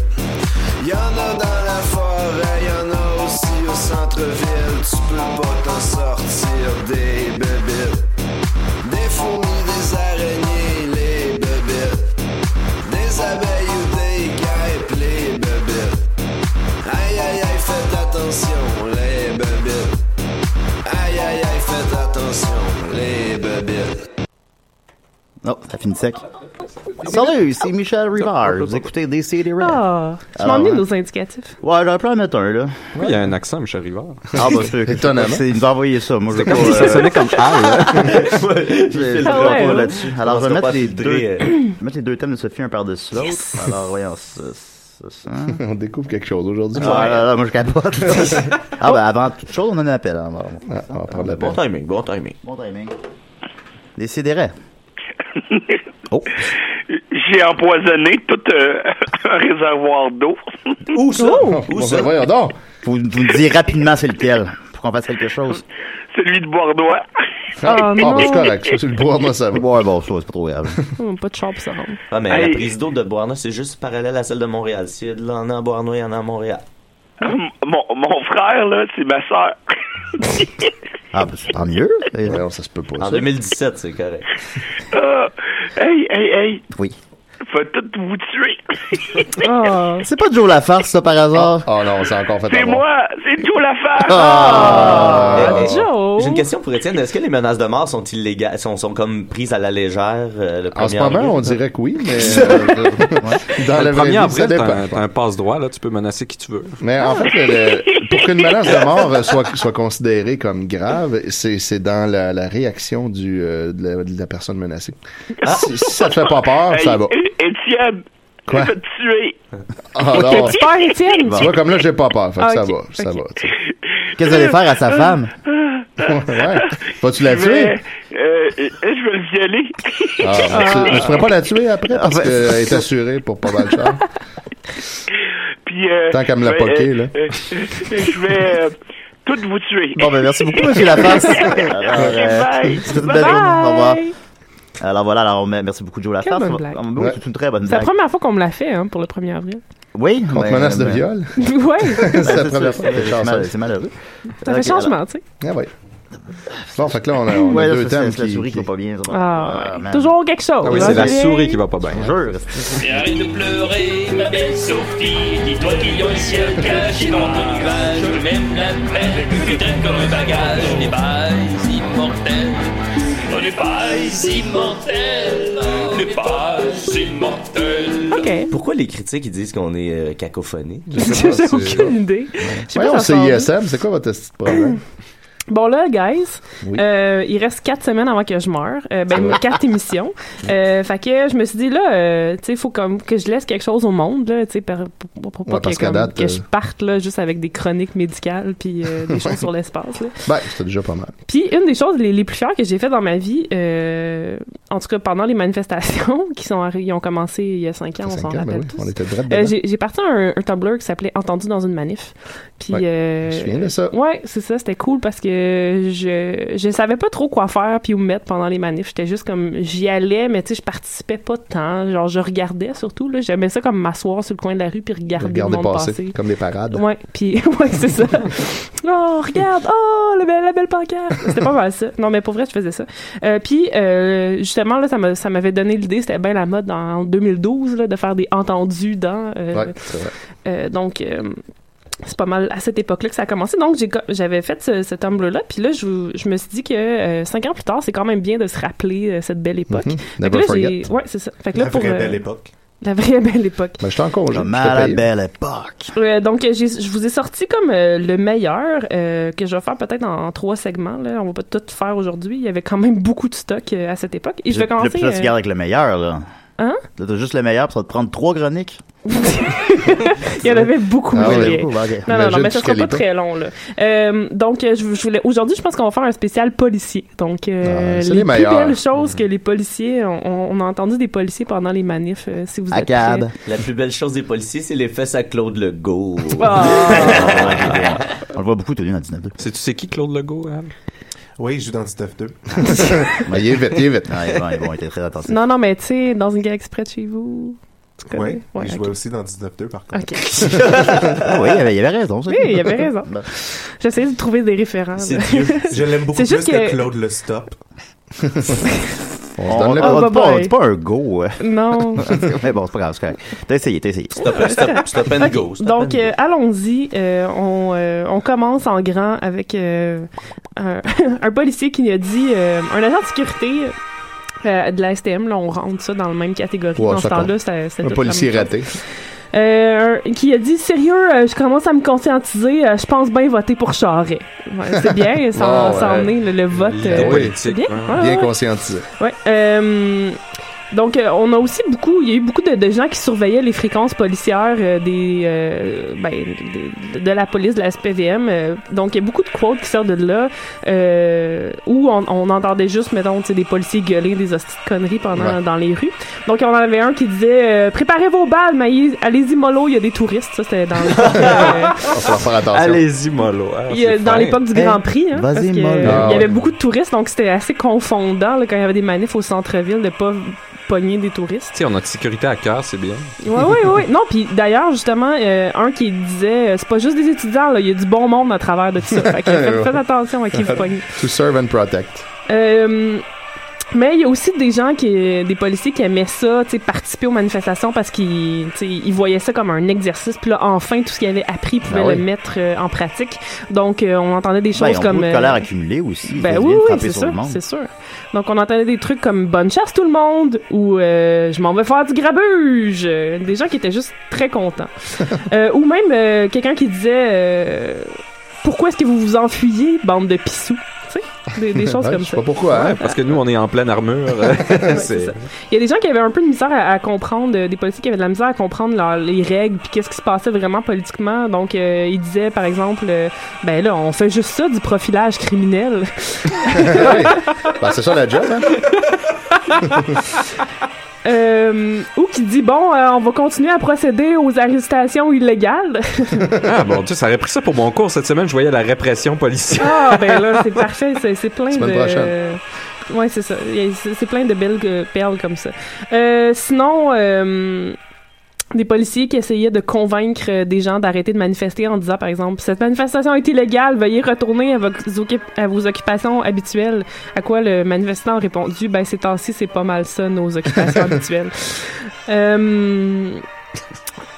Speaker 11: Y'en a dans la forêt, y'en a aussi au centre-ville. Tu peux pas t'en sortir des bébés. Des fourmis, des araignées, les bébés. Des abeilles ou des guêpes, les bébés. Aïe aïe aïe, faites attention, les bébés. Aïe aïe aïe, faites attention, les babettes.
Speaker 2: Non, oh, ça finit sec. Salut, c'est Michel Rivard. Vous écoutez DC des
Speaker 3: Ah, je
Speaker 2: Alors,
Speaker 3: m'en ai
Speaker 2: hein.
Speaker 3: nos indicatifs.
Speaker 2: Ouais, j'aurais pu en mettre un, là.
Speaker 6: Oui, il y a un accent, Michel Rivard.
Speaker 2: Ah, bah, c'est
Speaker 6: Étonnamment.
Speaker 2: c'est- Il nous a envoyé ça. Moi, je euh,
Speaker 6: C'était comme si ça sonnait comme Al, hein.
Speaker 2: Je vais
Speaker 6: Ah ouais,
Speaker 2: pas
Speaker 6: ouais.
Speaker 2: là-dessus. Alors, je vais
Speaker 6: On
Speaker 2: mettre
Speaker 6: s'est
Speaker 2: les
Speaker 6: pas
Speaker 2: deux,
Speaker 6: filtré, euh.
Speaker 2: je vais mettre les deux thèmes de Sophie un par-dessus l'autre. Alors, voyons, ça, ça, ça.
Speaker 8: On découvre quelque chose aujourd'hui.
Speaker 2: Ah, là, là, moi, je capote. là. ah, ben, avant toute chose, on a un appel. hein. On va- on va-
Speaker 8: on va prendre
Speaker 5: Bon timing, bon timing.
Speaker 2: Bon timing. Décidérez. oh.
Speaker 9: J'ai empoisonné tout euh, un réservoir d'eau.
Speaker 5: Où ça?
Speaker 6: Oh!
Speaker 2: Où ça? Voyons
Speaker 8: donc.
Speaker 2: Vous, vous me dites rapidement c'est lequel, pour qu'on fasse quelque chose.
Speaker 9: Celui de Bordeaux.
Speaker 8: Ah, non. ben, c'est correct. Ça, c'est le bois, moi, ça va.
Speaker 2: Ouais, bon, ça, c'est pas trop grave.
Speaker 3: Hum, pas de char pour ça. rentre.
Speaker 5: Ah, mais
Speaker 3: Hey.
Speaker 5: la prise d'eau de Boirna, c'est juste parallèle à celle de Montréal. S'il y a de l'en à Boirna, il y en a à Montréal.
Speaker 9: Mon, mon frère, là, c'est ma soeur.
Speaker 2: Ah, ben, c'est tant mieux.
Speaker 8: Voyons, ça se peut pas.
Speaker 5: En
Speaker 8: ça.
Speaker 5: 2017, c'est correct.
Speaker 9: Euh, hey, hey, hey.
Speaker 2: Oui.
Speaker 9: Faut tout vous tuer.
Speaker 2: C'est pas Joe Lafarce, ça, par hasard?
Speaker 8: Oh non, c'est encore fait
Speaker 9: Ah. C'est moi, c'est tout
Speaker 2: Ah!
Speaker 9: l'affaire.
Speaker 8: Ah,
Speaker 3: Ah,
Speaker 5: Eh, eh,
Speaker 9: Joe.
Speaker 5: J'ai une question pour Étienne. Est-ce que les menaces de mort sont illégales, sont, sont comme prises à la légère euh, le
Speaker 8: En ce
Speaker 5: 1er
Speaker 8: moment, on
Speaker 5: avril?
Speaker 8: dirait que oui, mais euh, dans la
Speaker 6: le
Speaker 8: vraie
Speaker 6: premier
Speaker 8: vie, ça
Speaker 6: avril, t'as
Speaker 8: dépend.
Speaker 6: un, t'as un passe-droit, là, tu peux menacer qui tu veux.
Speaker 8: Mais en fait, le- le- pour qu'une menace de mort euh, soit, soit considérée comme grave, c'est c'est dans la, la réaction du, euh, de, la, de la personne menacée. Si, si ça te fait pas peur, ça va.
Speaker 9: Ah. Hey, Étienne,
Speaker 8: Quoi?
Speaker 9: tu vas te tuer.
Speaker 8: Ah
Speaker 2: Oh,
Speaker 8: non.
Speaker 2: t'as-tu peur, Étienne?
Speaker 8: Tu vois, comme là, j'ai pas peur. fait que
Speaker 2: Ah,
Speaker 8: ça
Speaker 2: ok,
Speaker 8: va, ça va. tu sais.
Speaker 2: Qu'est-ce que vous allez faire à sa femme?
Speaker 9: Ah,
Speaker 8: ouais. Vas-tu la
Speaker 9: Je
Speaker 8: tuer?
Speaker 9: vais- euh, euh, je vais le violer.
Speaker 8: Ah, tu- tu pourrais pas la tuer après
Speaker 5: Ah, ben,
Speaker 8: parce qu'elle est assurée pour pas mal de char.
Speaker 9: Puis, euh,
Speaker 8: Tant qu'à me la
Speaker 9: je vais,
Speaker 8: poquer,
Speaker 9: euh,
Speaker 8: là.
Speaker 9: euh, je vais euh, toutes vous tuer.
Speaker 5: Bon, ben, merci beaucoup, monsieur Lafarce. Alors, euh,
Speaker 9: bye.
Speaker 5: c'était une
Speaker 9: Bye.
Speaker 5: belle journée. Au revoir.
Speaker 3: Bye.
Speaker 5: Alors voilà, alors, on met- merci beaucoup Joe Lafarce.
Speaker 3: Quelle bonne
Speaker 5: On-
Speaker 3: blague.
Speaker 5: on- oui, C'est une très bonne
Speaker 3: C'est la
Speaker 5: blague.
Speaker 3: première fois qu'on me l'a fait hein, pour le 1er avril.
Speaker 5: Oui. ben,
Speaker 8: Qu'on te
Speaker 5: mais-
Speaker 8: menace de
Speaker 5: mais-
Speaker 8: viol?
Speaker 3: ouais.
Speaker 8: C'est la
Speaker 5: sûr,
Speaker 8: première fois
Speaker 5: c'est-
Speaker 8: que t'es
Speaker 5: c'est
Speaker 8: chanceuse.
Speaker 5: mal- C'est malheureux.
Speaker 3: Ça fait
Speaker 5: Ok,
Speaker 3: changement, tu sais.
Speaker 8: Ah ouais. Bon, fait que là, on a, on a
Speaker 5: Ouais, là,
Speaker 8: deux
Speaker 5: ça, c'est-
Speaker 8: thèmes
Speaker 5: c'est la souris qui va pas bien.
Speaker 3: Ah, ouais.
Speaker 8: man.
Speaker 3: Toujours quelque chose.
Speaker 8: Ah oui, c'est
Speaker 3: hein,
Speaker 8: la
Speaker 3: Julien?
Speaker 8: souris
Speaker 6: qui va pas bien.
Speaker 5: Jure.
Speaker 1: Et arrête de pleurer, ma belle Sophie. Dis-toi qu'il y a un ciel caché dans ton nuage. Je m'aime la plaine, que tu t'aimes comme un bagage. On est pas immortels. On est pas immortels. On est pas immortels.
Speaker 5: Pourquoi les critiques ils disent qu'on est euh, cacophonique
Speaker 3: J'ai aucune idée. Je sais pas
Speaker 8: Voyons,
Speaker 3: ça sort
Speaker 8: c'est
Speaker 3: d'où.
Speaker 8: ISM, c'est quoi votre petit problème?
Speaker 3: Bon là, guys,
Speaker 8: Oui. Ah
Speaker 3: euh, il reste quatre semaines avant que je meure. Euh, ben,
Speaker 8: Ouais.
Speaker 3: quatre émissions. Euh, fait que je me suis dit, là, euh, tu sais, il faut comme que je laisse quelque chose au monde, là, tu sais, par- pour, pour- pour
Speaker 8: Ouais,
Speaker 3: pas
Speaker 8: parce
Speaker 3: que,
Speaker 8: qu'à
Speaker 3: comme,
Speaker 8: date,
Speaker 3: que
Speaker 8: euh,
Speaker 3: je parte, là, juste avec des chroniques médicales puis euh, des
Speaker 8: Ouais.
Speaker 3: choses sur l'espace, là.
Speaker 8: Ben, c'était déjà pas mal.
Speaker 3: Puis une des choses les, les plus chères que j'ai faites dans ma vie, euh, en tout cas pendant les manifestations qui sont arri- ils ont commencé il y a cinq ans, on
Speaker 8: Cinq
Speaker 3: s'en
Speaker 8: ans, ben
Speaker 3: rappelle
Speaker 8: oui,
Speaker 3: tous.
Speaker 8: on était drette
Speaker 3: Euh,
Speaker 8: dedans.
Speaker 3: j'ai j'ai parti un, un Tumblr qui s'appelait Entendu dans une manif. Puis,
Speaker 8: Ouais,
Speaker 3: euh,
Speaker 8: je me souviens de ça.
Speaker 3: Ouais, c'est ça, c'était cool parce que je je savais pas trop quoi faire puis où me mettre pendant les manifs. J'étais juste comme j'y allais, mais tu sais je participais pas tant. Genre je regardais surtout là, j'aimais ça comme m'asseoir sur le coin de la rue puis regarder le
Speaker 8: Regardez
Speaker 3: monde
Speaker 8: passer,
Speaker 3: passer.
Speaker 8: comme des parades.
Speaker 3: Ouais, puis ouais, c'est ça. oh, regarde, oh, le bel- la belle pancarte. C'était pas mal ça. Non, mais pour vrai, je faisais ça. Euh, puis euh, justement là, ça m'a- ça m'avait donné l'idée, c'était bien la mode en 2012 là, de faire des entendus dans euh,
Speaker 8: Ouais, c'est vrai.
Speaker 3: euh, donc, euh, c'est pas mal à cette époque-là que ça a commencé. Donc, j'ai co- j'avais fait ce, ce Tumblr-là. Puis là, je, je me suis dit que euh, cinq ans plus tard, c'est quand même bien de se rappeler euh, cette belle époque.
Speaker 8: Mhm.
Speaker 3: Fait que
Speaker 8: Never
Speaker 3: là,
Speaker 8: forget.
Speaker 3: j'ai- Ouais, c'est ça. Fait que là,
Speaker 4: La
Speaker 3: pour,
Speaker 4: vraie
Speaker 3: euh,
Speaker 4: belle époque.
Speaker 3: La vraie belle époque.
Speaker 8: Ben, j'étais en congé.
Speaker 5: mal à belle
Speaker 8: époque.
Speaker 3: Euh, donc, euh, j'ai- je vous ai sorti comme euh, le meilleur euh, que je vais faire peut-être en, en trois segments. Là. On va pas tout faire aujourd'hui. Il y avait quand même beaucoup de stock euh, à cette époque. Et je vais
Speaker 5: Le
Speaker 3: commencer.
Speaker 5: plus là, tu
Speaker 3: euh,
Speaker 5: gardes avec le meilleur, là.
Speaker 3: Hein?
Speaker 5: Là, t'as juste le meilleur, puis ça va te prendre trois chroniques.
Speaker 3: Il y en avait beaucoup.
Speaker 5: Ah oui,
Speaker 3: Julien.
Speaker 5: il y en avait beaucoup, ok.
Speaker 3: Non, non, non,
Speaker 5: Imagine
Speaker 3: mais ça
Speaker 5: jusqu'à
Speaker 3: sera pas
Speaker 5: l'époque.
Speaker 3: très long. Là. Euh, donc, euh, je, je voulais aujourd'hui, je pense qu'on va faire un spécial policier. Donc, euh,
Speaker 8: Ah, c'est
Speaker 3: les,
Speaker 8: les
Speaker 3: plus
Speaker 8: meilleurs. Mm.
Speaker 3: belles choses que les policiers, on, on a entendu des policiers pendant les manifs. euh, si vous êtes prêts.
Speaker 5: La plus belle chose des policiers, c'est les fesses à Claude Legault.
Speaker 12: Oh!
Speaker 5: Ah,
Speaker 6: On
Speaker 12: Ah,
Speaker 5: le voit beaucoup tenu dans 19-2.
Speaker 6: C'est tu sais qui Claude Legault, Anne?
Speaker 4: Oui, il joue dans 19-2.
Speaker 5: Mais
Speaker 8: il est vite, il est vite.
Speaker 5: Ouais, bon, bon, il était très attentif.
Speaker 3: Non, non, mais tu sais, dans une galaxie près de chez vous. tu connais?
Speaker 4: Oui,
Speaker 3: Ouais,
Speaker 4: il jouait
Speaker 3: ok.
Speaker 4: aussi dans 19-2 par contre.
Speaker 3: Ok.
Speaker 5: Ah oui, il avait- il avait raison, ça.
Speaker 3: Oui, il avait raison.
Speaker 5: Bon.
Speaker 3: J'essayais de trouver des références.
Speaker 4: C'est Dieu. Je l'aime beaucoup
Speaker 3: C'est
Speaker 4: plus
Speaker 3: juste
Speaker 4: que...
Speaker 3: que-
Speaker 4: Claude le Stop.
Speaker 5: On,
Speaker 4: donne le-
Speaker 5: on- on
Speaker 4: Oh,
Speaker 5: dit pas, on
Speaker 4: bye-bye.
Speaker 5: dit pas un go. hein.
Speaker 3: Ah, Non.
Speaker 5: mais bon, c'est pas grave, c'est correct. T'as essayé, t'as essayé. Stop,
Speaker 3: Ok, Donc, euh, allons-y. Euh, on, euh, on commence en grand avec euh, un, un policier qui a dit euh, un agent de sécurité euh, de la STM. Là, on rentre ça dans la même catégorie.
Speaker 8: Ouais,
Speaker 3: dans ce
Speaker 8: ça
Speaker 3: temps-là,
Speaker 8: compte.
Speaker 3: ça- ça-
Speaker 8: Un
Speaker 3: ça-
Speaker 8: policier
Speaker 3: ça-
Speaker 8: raté.
Speaker 3: Euh, un- qui a dit sérieux, euh, je commence à me conscientiser. euh, je pense bien voter pour Charret. Ouais, c'est bien, ça,
Speaker 8: Bon,
Speaker 3: ça
Speaker 8: Ah ouais.
Speaker 3: emmener le, le vote.
Speaker 8: Ben
Speaker 3: euh,
Speaker 8: oui.
Speaker 3: c'est bien. Ouais, ouais,
Speaker 8: Bien
Speaker 3: ouais.
Speaker 8: conscientisé.
Speaker 3: Ouais. euh, donc, euh, on a aussi beaucoup, il y a eu beaucoup de, de gens qui surveillaient les fréquences policières euh, des, euh, ben, de, de la police, de la SPVM. euh, donc, il y a beaucoup de quotes qui sortent de là euh, où on, on entendait juste, mettons, tu sais, des policiers gueuler des hosties de conneries pendant,
Speaker 8: Ouais.
Speaker 3: dans les rues. Donc, on en avait un qui disait euh, Préparez vos balles, mais allez- allez-y mollo, il y a des touristes. » Ça, c'était dans le- euh,
Speaker 8: On va faire attention.
Speaker 6: Allez-y, mollo. Ah,
Speaker 3: il y a-
Speaker 6: c'est
Speaker 3: dans
Speaker 6: fin.
Speaker 3: l'époque du
Speaker 5: Eh,
Speaker 3: Grand Prix, hein,
Speaker 6: vas-y,
Speaker 3: parce que,
Speaker 6: mollo.
Speaker 3: euh,
Speaker 6: Ah,
Speaker 3: il y avait
Speaker 6: ouais.
Speaker 3: beaucoup de touristes, donc c'était assez confondant là, quand il y avait des manifs au centre-ville de pas pogner des touristes.
Speaker 6: Tu sais, on a notre sécurité à cœur, c'est bien.
Speaker 3: Ouais, ouais, ouais. Non, puis d'ailleurs, justement, euh, un qui disait, euh, c'est pas juste des étudiants, là, il y a du bon monde à travers de tout ça. Fait que faites, faites attention à qui vous pognez.
Speaker 8: To serve and protect.
Speaker 3: Euh, mais il y a aussi des gens qui, des policiers qui aimaient ça, tu sais, participer aux manifestations parce qu'ils, tu sais, ils voyaient ça comme un exercice. Puis là, enfin, tout ce qu'ils avaient appris, ils pouvaient
Speaker 5: Ben oui.
Speaker 3: le mettre euh, en pratique. Donc, euh, on entendait des
Speaker 5: Ben, ils
Speaker 3: choses
Speaker 5: ont
Speaker 3: comme.
Speaker 5: beaucoup de
Speaker 3: euh,
Speaker 5: colère accumulée aussi. ils
Speaker 3: ben
Speaker 5: viennent
Speaker 3: oui, oui,
Speaker 5: frapper
Speaker 3: c'est
Speaker 5: sur le
Speaker 3: sûr,
Speaker 5: monde.
Speaker 3: c'est sûr. Donc on entendait des trucs comme bonne chasse tout le monde ou euh, je m'en vais faire du grabuge, Euh, des gens qui étaient juste très contents. Euh, ou même euh, quelqu'un qui disait euh, pourquoi est-ce que vous vous enfuyez bande de pissous. Tu sais, pensé. Des, des choses
Speaker 6: Ouais,
Speaker 3: comme
Speaker 6: je
Speaker 3: ça.
Speaker 6: sais pas pourquoi, hein, parce que nous, on est en pleine armure. Euh, C'est-
Speaker 3: Il y a des gens qui avaient un peu de misère à, à comprendre, euh, des policiers qui avaient de la misère à comprendre leur- les règles puis qu'est-ce qui se passait vraiment politiquement. Donc, euh, ils disaient, par exemple, euh, ben là, on fait juste ça du profilage criminel.
Speaker 8: Ben, c'est ça la job, hein?
Speaker 3: Euh, ou qui dit, bon, euh, on va continuer à procéder aux arrestations illégales.
Speaker 6: Ah bon, tu sais, ça aurait pris ça pour mon cours. Cette semaine, je voyais la répression policière.
Speaker 3: ah, ben là, c'est parfait, c'est c'est plein
Speaker 6: Semaine
Speaker 3: de...
Speaker 6: prochaine.
Speaker 3: Ouais, c'est ça. Il y a- C'est c'est plein de belles euh, perles comme ça. Euh, sinon, euh, des policiers qui essayaient de convaincre euh, des gens d'arrêter de manifester en disant, par exemple, cette manifestation est illégale, veuillez retourner à vos, occup- à vos occupations habituelles. À quoi le manifestant a répondu, ben ces temps-ci, c'est pas mal ça, nos occupations habituelles. Euh,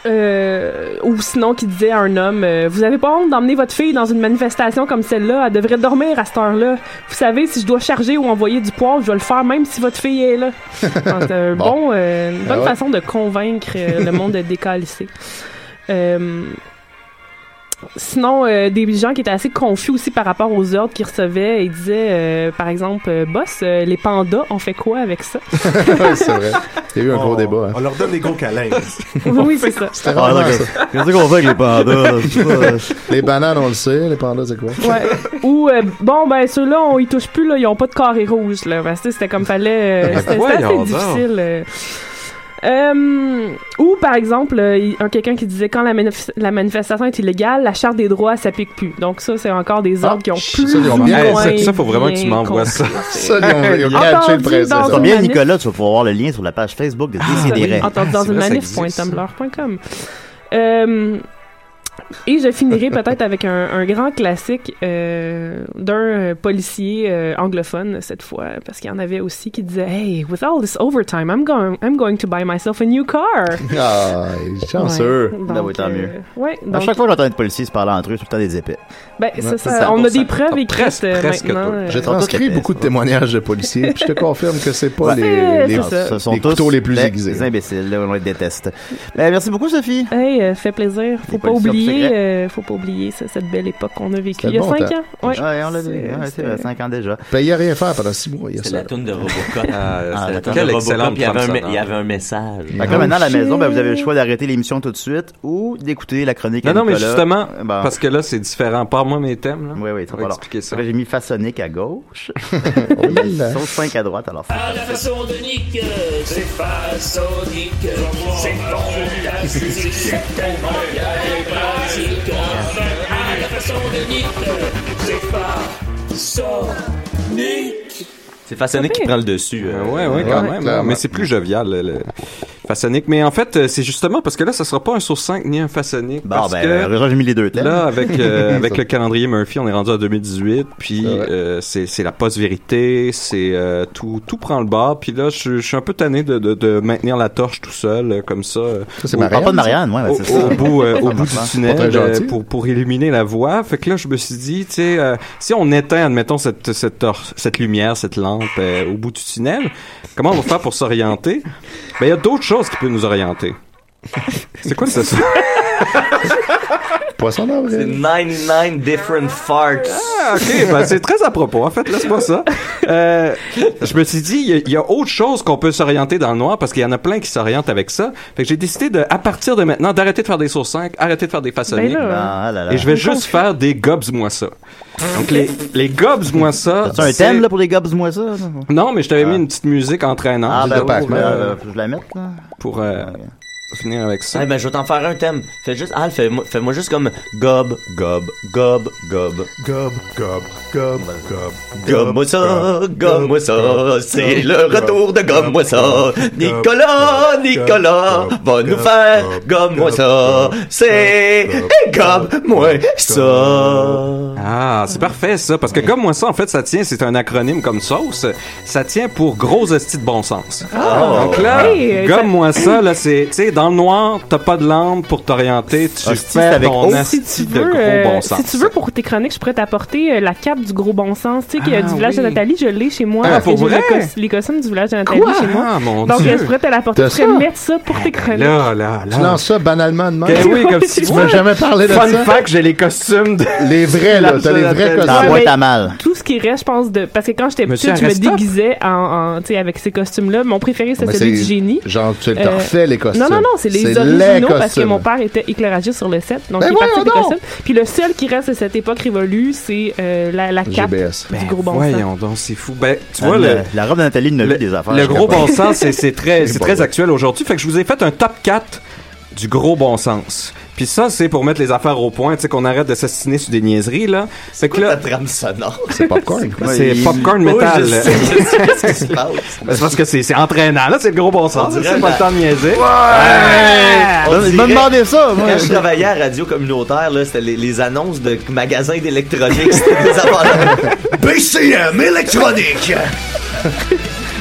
Speaker 3: euh, ou sinon qui disait à un homme euh, vous avez pas honte d'emmener votre fille dans une manifestation comme celle-là elle devrait dormir à cette heure-là vous savez si je dois charger ou envoyer du poivre je vais le faire même si votre fille est là c'est un
Speaker 12: Bon.
Speaker 3: bon, euh,
Speaker 8: Ben
Speaker 3: une bonne
Speaker 12: Ah ouais.
Speaker 3: façon de convaincre euh, le monde de décalisser Euh, Sinon, euh, des gens qui étaient assez confus aussi par rapport aux ordres qu'ils recevaient, ils disaient, euh, par exemple, euh, boss, euh, les pandas, on fait quoi avec ça?
Speaker 8: Ouais, c'est vrai. Il y a eu un gros débat. hein.
Speaker 4: On leur donne des gros câlins.
Speaker 3: oui, c'est ça.
Speaker 8: C'était vraiment
Speaker 4: Ah, d'accord.
Speaker 8: ça.
Speaker 4: Qu'est-ce qu'on fait avec les pandas, là? Je sais pas, là.
Speaker 8: les bananes, on le sait. Les pandas, c'est quoi?
Speaker 3: Ouais. Ou euh, bon ben ceux-là on y touche plus là, ils ont pas de carré rouge là. Parce que c'était comme fallait euh,
Speaker 8: Ben,
Speaker 3: c'était c'était
Speaker 8: voyons
Speaker 3: assez
Speaker 8: donc.
Speaker 3: difficile. euh. Euh, ou par exemple euh, il- un quelqu'un qui disait quand la, manif- la manifestation est illégale, la charte des droits s'applique plus. Donc ça c'est encore des ordres qui ont plus
Speaker 6: Ah, ça, ils ont bien
Speaker 3: ou
Speaker 6: compris.
Speaker 3: moins
Speaker 6: Hey, ça, ça, faut vraiment que tu
Speaker 3: bien
Speaker 6: m'envoies ça.
Speaker 3: compris.
Speaker 6: Ça, ils ont- ils ont
Speaker 3: Entendu
Speaker 6: catché le
Speaker 3: dans
Speaker 6: principe.
Speaker 3: une
Speaker 12: Combien,
Speaker 3: manif- Ah,
Speaker 12: Nicolas, tu vas pouvoir voir le lien sur la page Facebook de Décideret.
Speaker 3: Entendu dans une manif.tumblr.com. Euh, et je finirai peut-être avec un, un grand classique euh, d'un policier euh, anglophone cette fois, parce qu'il y en avait aussi qui disait Hey, with all this overtime, I'm going, I'm going to buy myself a new car.
Speaker 8: Ah, il est chanceux.
Speaker 3: Ouais, donc, Ben oui, tant euh, mieux. ouais,
Speaker 12: à
Speaker 3: donc-
Speaker 12: chaque fois que j'entends une policier se parler entre eux, c'est tout le temps des épées.
Speaker 3: Ben, c'est ça. On a des preuves écrites euh, maintenant. euh,
Speaker 8: J'ai transcrit beaucoup de témoignages de policiers, puis je te confirme que c'est pas
Speaker 12: Ouais.
Speaker 8: les, les,
Speaker 12: ce sont
Speaker 8: les
Speaker 12: tous
Speaker 8: couteaux les plus
Speaker 12: des
Speaker 8: aiguisés.
Speaker 12: imbéciles, là, on les déteste. Ben, merci beaucoup, Sophie.
Speaker 3: Hey, euh, fait plaisir. Faut
Speaker 12: Des
Speaker 3: pas
Speaker 12: policiers
Speaker 3: oublier,
Speaker 12: secrets.
Speaker 3: euh, faut pas oublier ça, cette belle époque qu'on a vécue
Speaker 8: C'était
Speaker 3: il y a
Speaker 8: bon
Speaker 3: cinq
Speaker 8: temps.
Speaker 3: ans. Ouais,
Speaker 12: Ouais, on l'a
Speaker 3: C'est-
Speaker 12: dit. Ouais, c'est vrai, 5 ans déjà.
Speaker 8: Payez à rien faire pendant six mois, il y a
Speaker 5: C'est
Speaker 8: ça.
Speaker 5: la toune de Robocop.
Speaker 12: Ah,
Speaker 5: C'est la
Speaker 12: la
Speaker 5: toune
Speaker 12: toune
Speaker 5: de
Speaker 12: de
Speaker 5: Robocop.
Speaker 12: Robocop,
Speaker 5: Il y avait un me-
Speaker 12: sonore.
Speaker 5: il y avait un message.
Speaker 12: Fait que là, maintenant, à la
Speaker 5: Oh, shit.
Speaker 12: maison, ben, vous avez le choix d'arrêter l'émission tout de suite ou d'écouter la chronique à
Speaker 6: Non, non, mais
Speaker 12: Nicolas.
Speaker 6: justement,
Speaker 12: Euh, bon.
Speaker 6: parce que là, c'est différent. Parle-moi mes thèmes. Là.
Speaker 12: Oui, oui,
Speaker 6: On
Speaker 12: trop
Speaker 6: va
Speaker 12: pas long.
Speaker 6: expliquer ça. Oh,
Speaker 12: Après, J'ai mis façonnique à gauche. Sauf 5 à droite, alors.
Speaker 6: Ah,
Speaker 1: À la façon de Nick, euh, c'est façonnique, c'est fantastique, c'est tellement bien et pratique. À la façon de Nick, euh, c'est façonnique.
Speaker 5: C'est Façonnic qui prend le dessus. euh.
Speaker 6: Ouais, ouais, quand même. ouais, mais c'est plus jovial, le, le façonnique. Mais en fait, euh, c'est justement parce que là, ça sera pas un sur 5 ni un façonnique.
Speaker 12: Bon,
Speaker 6: parce
Speaker 12: ben,
Speaker 6: que
Speaker 12: heureusement, j'ai mis les deux thèmes.
Speaker 6: Là, avec, euh, avec
Speaker 12: Ça.
Speaker 6: le calendrier Murphy, on est rendu à 2018, puis euh, c'est c'est la post-vérité, c'est euh, tout, tout prend le bord. Puis là, je, je suis un peu tanné de, de, de maintenir la torche tout seul, euh, comme ça. euh,
Speaker 12: c'est
Speaker 6: au-
Speaker 12: Marianne, Ah, pas de Marianne, ouais, ouais,
Speaker 6: au-
Speaker 12: c'est ça.
Speaker 6: Au bout, euh, au bout du
Speaker 12: Pas
Speaker 6: tunnel,
Speaker 12: très gentil.
Speaker 6: euh, pour, pour illuminer la voie. Fait que là, je me suis dit, tu sais, euh, si on éteint, admettons, cette, cette, tor- cette lumière, cette lampe euh, au bout du tunnel, comment on va faire pour s'orienter? Ben, il y a d'autres choses qui peuvent nous orienter. C'est quoi ça?
Speaker 8: Poisson
Speaker 5: C'est 99 different farts.
Speaker 6: Ah, ok, ben, c'est très à propos, en fait, laisse-moi ça. Euh, je me suis dit, il y a- il y, a autre chose qu'on peut s'orienter dans le noir, parce qu'il y en a plein qui s'orientent avec ça. Fait que j'ai décidé, de, à partir de maintenant, d'arrêter de faire des sources 5, arrêter de faire des façonniers.
Speaker 12: Ben là. Ah, là, là.
Speaker 6: Et je vais
Speaker 12: On
Speaker 6: juste
Speaker 12: confie.
Speaker 6: faire des gobs, moi ça. Donc, les, les gobs, moi ça.
Speaker 12: T'as un thème, là, pour les gobs, moi, ça?
Speaker 6: Non, mais je t'avais mis une petite musique entraînante.
Speaker 12: Ah, ben,
Speaker 6: pour,
Speaker 12: ouais,
Speaker 6: euh,
Speaker 12: euh, faut que je la mette, là.
Speaker 6: pour, euh, finir avec ça.
Speaker 5: Eh ben, je vais t'en faire un thème. Fais juste, Al, fais-moi fais-moi juste comme gob, gob, gob, gob.
Speaker 4: Gob, gob, gob, gob.
Speaker 5: Gomme-moi ça, gomme-moi ça, c'est le retour de gomme-moi ça. Nicolas, Nicolas, va nous faire gomme-moi ça, c'est gomme-moi ça.
Speaker 6: Ah, c'est parfait ça, parce que comme moi ça, en fait, ça tient, c'est un acronyme comme sauce, ça tient pour gros hostie de bon sens.
Speaker 3: Ah.
Speaker 6: Donc là,
Speaker 3: Hey,
Speaker 8: euh,
Speaker 6: gomme-moi ça, là, c'est, tu sais, dans le noir, t'as pas de lampe pour t'orienter, tu
Speaker 3: Hostie,
Speaker 6: fais
Speaker 3: c'est avec
Speaker 6: ton
Speaker 3: eau.
Speaker 6: asti
Speaker 3: Si tu
Speaker 6: de
Speaker 3: veux,
Speaker 6: gros
Speaker 3: euh,
Speaker 6: bon sens.
Speaker 3: si tu veux, pour tes chroniques, je pourrais t'apporter euh, la cape du gros bon sens. Tu sais, qu'il y a
Speaker 6: Ah,
Speaker 3: du village de
Speaker 6: oui.
Speaker 3: Nathalie, je l'ai chez moi.
Speaker 6: Ah,
Speaker 3: parce que
Speaker 6: pour
Speaker 3: j'ai
Speaker 6: vrai?
Speaker 3: le cos- les costumes du village de Nathalie
Speaker 6: Quoi?
Speaker 3: chez moi.
Speaker 6: Ah, mon
Speaker 3: Donc,
Speaker 6: Dieu.
Speaker 3: euh, je pourrais te l'apporter.
Speaker 6: T'as
Speaker 3: Je pourrais
Speaker 6: ça? Eh, ben
Speaker 3: mettre ça pour tes chroniques.
Speaker 6: Là, là, là.
Speaker 8: Tu lances ça banalement de même.
Speaker 6: Ben oui, comme si
Speaker 8: tu
Speaker 6: tu
Speaker 8: m'as jamais parlé de
Speaker 6: Fun
Speaker 8: ça.
Speaker 6: fact, j'ai les costumes de...
Speaker 8: Les vrais, là. T'as les vrais costumes.
Speaker 3: Ouais, mais Ah, ben, Tout ce qui reste, je pense, de. Parce que quand j'étais
Speaker 8: Monsieur
Speaker 3: petite, je me
Speaker 8: Arrestop?
Speaker 3: déguisais en, en- tu sais, avec ces costumes-là. Mon préféré,
Speaker 6: Ah,
Speaker 3: c'était
Speaker 8: Mais
Speaker 3: celui
Speaker 8: c'est-
Speaker 3: du génie.
Speaker 8: Genre, tu te
Speaker 3: Euh,
Speaker 8: refais les costumes.
Speaker 3: Non, non, non, c'est les originaux parce que mon père était éclairagiste sur le set. Donc,
Speaker 8: Ben
Speaker 3: il est parti
Speaker 8: voyons
Speaker 3: des
Speaker 8: donc!
Speaker 3: costumes. Puis le seul qui reste de cette époque révolue, c'est euh, la, la cape
Speaker 6: GBS.
Speaker 3: du
Speaker 6: Ben,
Speaker 3: gros bon sens.
Speaker 6: voyons donc, c'est fou. Ben, tu
Speaker 3: Ah,
Speaker 6: vois,
Speaker 3: le-
Speaker 6: le-
Speaker 12: La robe de Nathalie ne
Speaker 6: le,
Speaker 12: vit des affaires.
Speaker 6: le
Speaker 12: je
Speaker 6: gros
Speaker 12: capote.
Speaker 6: bon sens, c'est- c'est très, c'est
Speaker 12: C'est pas
Speaker 6: très
Speaker 12: vrai.
Speaker 6: actuel aujourd'hui. Fait que je vous ai fait un top 4 du gros bon sens. Puis ça, c'est pour mettre les affaires au point, tu sais, qu'on arrête de s'assiner sur des niaiseries, là. C'est que là.
Speaker 5: trame sonore.
Speaker 8: C'est popcorn.
Speaker 6: C'est popcorn
Speaker 5: Oui,
Speaker 6: métal.
Speaker 5: je sais, je sais qu'est-ce qui se passe.
Speaker 6: Ben, C'est parce que c'est c'est entraînant, là, c'est le gros bon sens.
Speaker 5: dirait
Speaker 6: C'est pas
Speaker 5: la-
Speaker 6: le temps de niaiser.
Speaker 5: On
Speaker 6: Ouais!
Speaker 5: dirait-
Speaker 8: ça,
Speaker 6: moi.
Speaker 5: Quand je travaillais à Radio Communautaire, là, c'était les, les annonces de magasins d'électronique. C'était des affaires.
Speaker 7: BCM électronique.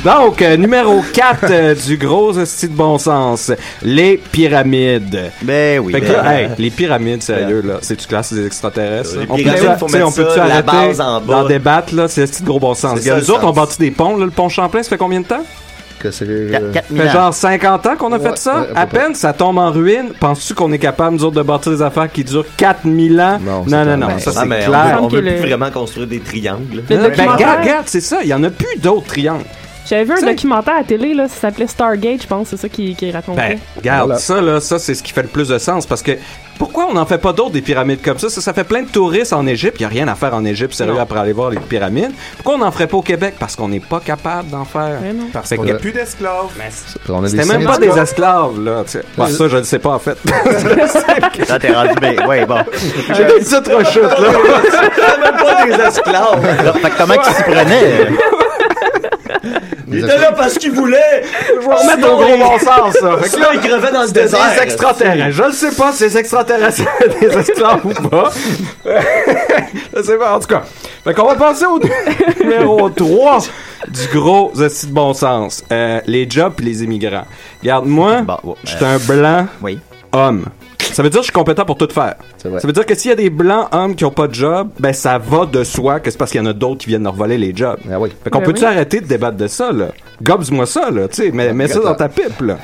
Speaker 6: Donc, euh, numéro 4 euh, du gros style de bon sens, les pyramides.
Speaker 12: Ben oui.
Speaker 6: Fait que
Speaker 5: ben
Speaker 6: là,
Speaker 5: oui.
Speaker 6: hey, les pyramides, sérieux, là, c'est-tu classe des extraterrestres?
Speaker 5: Les
Speaker 6: là?
Speaker 5: pyramides,
Speaker 6: peut-tu-
Speaker 5: faut
Speaker 6: tu sais,
Speaker 5: mettre
Speaker 6: peut-tu
Speaker 5: ça, la
Speaker 6: arrêter
Speaker 5: base en bas.
Speaker 6: d'en débattre, là? C'est style de gros bon sens.
Speaker 5: C'est
Speaker 6: Regarde, nous
Speaker 5: ça, le
Speaker 6: autres, on
Speaker 5: sens.
Speaker 6: bâtit des ponts, là, le pont Champlain, ça fait combien de temps?
Speaker 8: Que c'est. euh,
Speaker 6: Ça fait genre 50 ans qu'on a fait ça. à peine, ça tombe en ruine. Penses-tu qu'on est capable, nous autres, de bâtir des affaires qui durent 4000 ans? Non, non, non,
Speaker 5: Ben,
Speaker 6: ça,
Speaker 5: ah,
Speaker 6: c'est
Speaker 5: mais on
Speaker 6: clair.
Speaker 5: veut- On veut plus vraiment construire des triangles.
Speaker 6: Ben,
Speaker 5: Ouais.
Speaker 6: regarde, regarde, c'est ça. Il y en a plus d'autres triangles.
Speaker 3: J'avais vu un documentaire à télé, là, ça s'appelait Stargate, je pense, c'est ça qui, qui racontait.
Speaker 6: Ben, regarde, ça, là, ça, c'est ce qui fait le plus de sens parce que pourquoi on n'en fait pas d'autres des pyramides comme ça? ça? Ça fait plein de touristes en Égypte. Il n'y a rien à faire en Égypte, sérieux,
Speaker 4: Non.
Speaker 6: après aller voir les pyramides. Pourquoi on n'en ferait pas au Québec? Parce qu'on n'est pas capable d'en faire.
Speaker 4: Mais non.
Speaker 6: Parce
Speaker 4: On n'a plus d'esclaves.
Speaker 8: On a
Speaker 6: C'était
Speaker 8: des
Speaker 6: même pas
Speaker 8: saints.
Speaker 6: des esclaves, là. tu sais. Bon,
Speaker 8: Euh,
Speaker 6: ça, je ne sais pas, en fait.
Speaker 12: Là, t'es rendu bien. Ouais, bon.
Speaker 6: J'ai des petites rechutes, là.
Speaker 5: C'est même pas des esclaves.
Speaker 12: Alors, fait que comment qu'ils s'y prenaient? euh?
Speaker 5: Il était là parce qu'il voulait. Je vais
Speaker 6: remettre au gros bon sens, ça. Fait que
Speaker 5: là, il crevait dans le
Speaker 6: C'était
Speaker 5: désert.
Speaker 6: des extraterrestres. Je ne sais pas si les extraterrestres étaient des esclaves ou pas. je sais pas, en tout cas. Fait qu'on va passer au numéro 3 du gros aussi de bon sens. Euh, les jobs pis les immigrants. Regarde, moi, je suis un blanc homme. Ça veut dire que je suis compétent pour tout faire.
Speaker 8: vrai.
Speaker 6: Ça veut dire que s'il y a des blancs hommes qui ont pas de job, ben ça va de soi que c'est parce qu'il y en a d'autres qui viennent leur voler les jobs. Fait qu'on
Speaker 8: Ben
Speaker 6: peut-tu
Speaker 8: oui.
Speaker 6: arrêter de débattre de ça, là? Gobs-moi ça, là, tu sais, mets, mets ça dans ta pipe, là.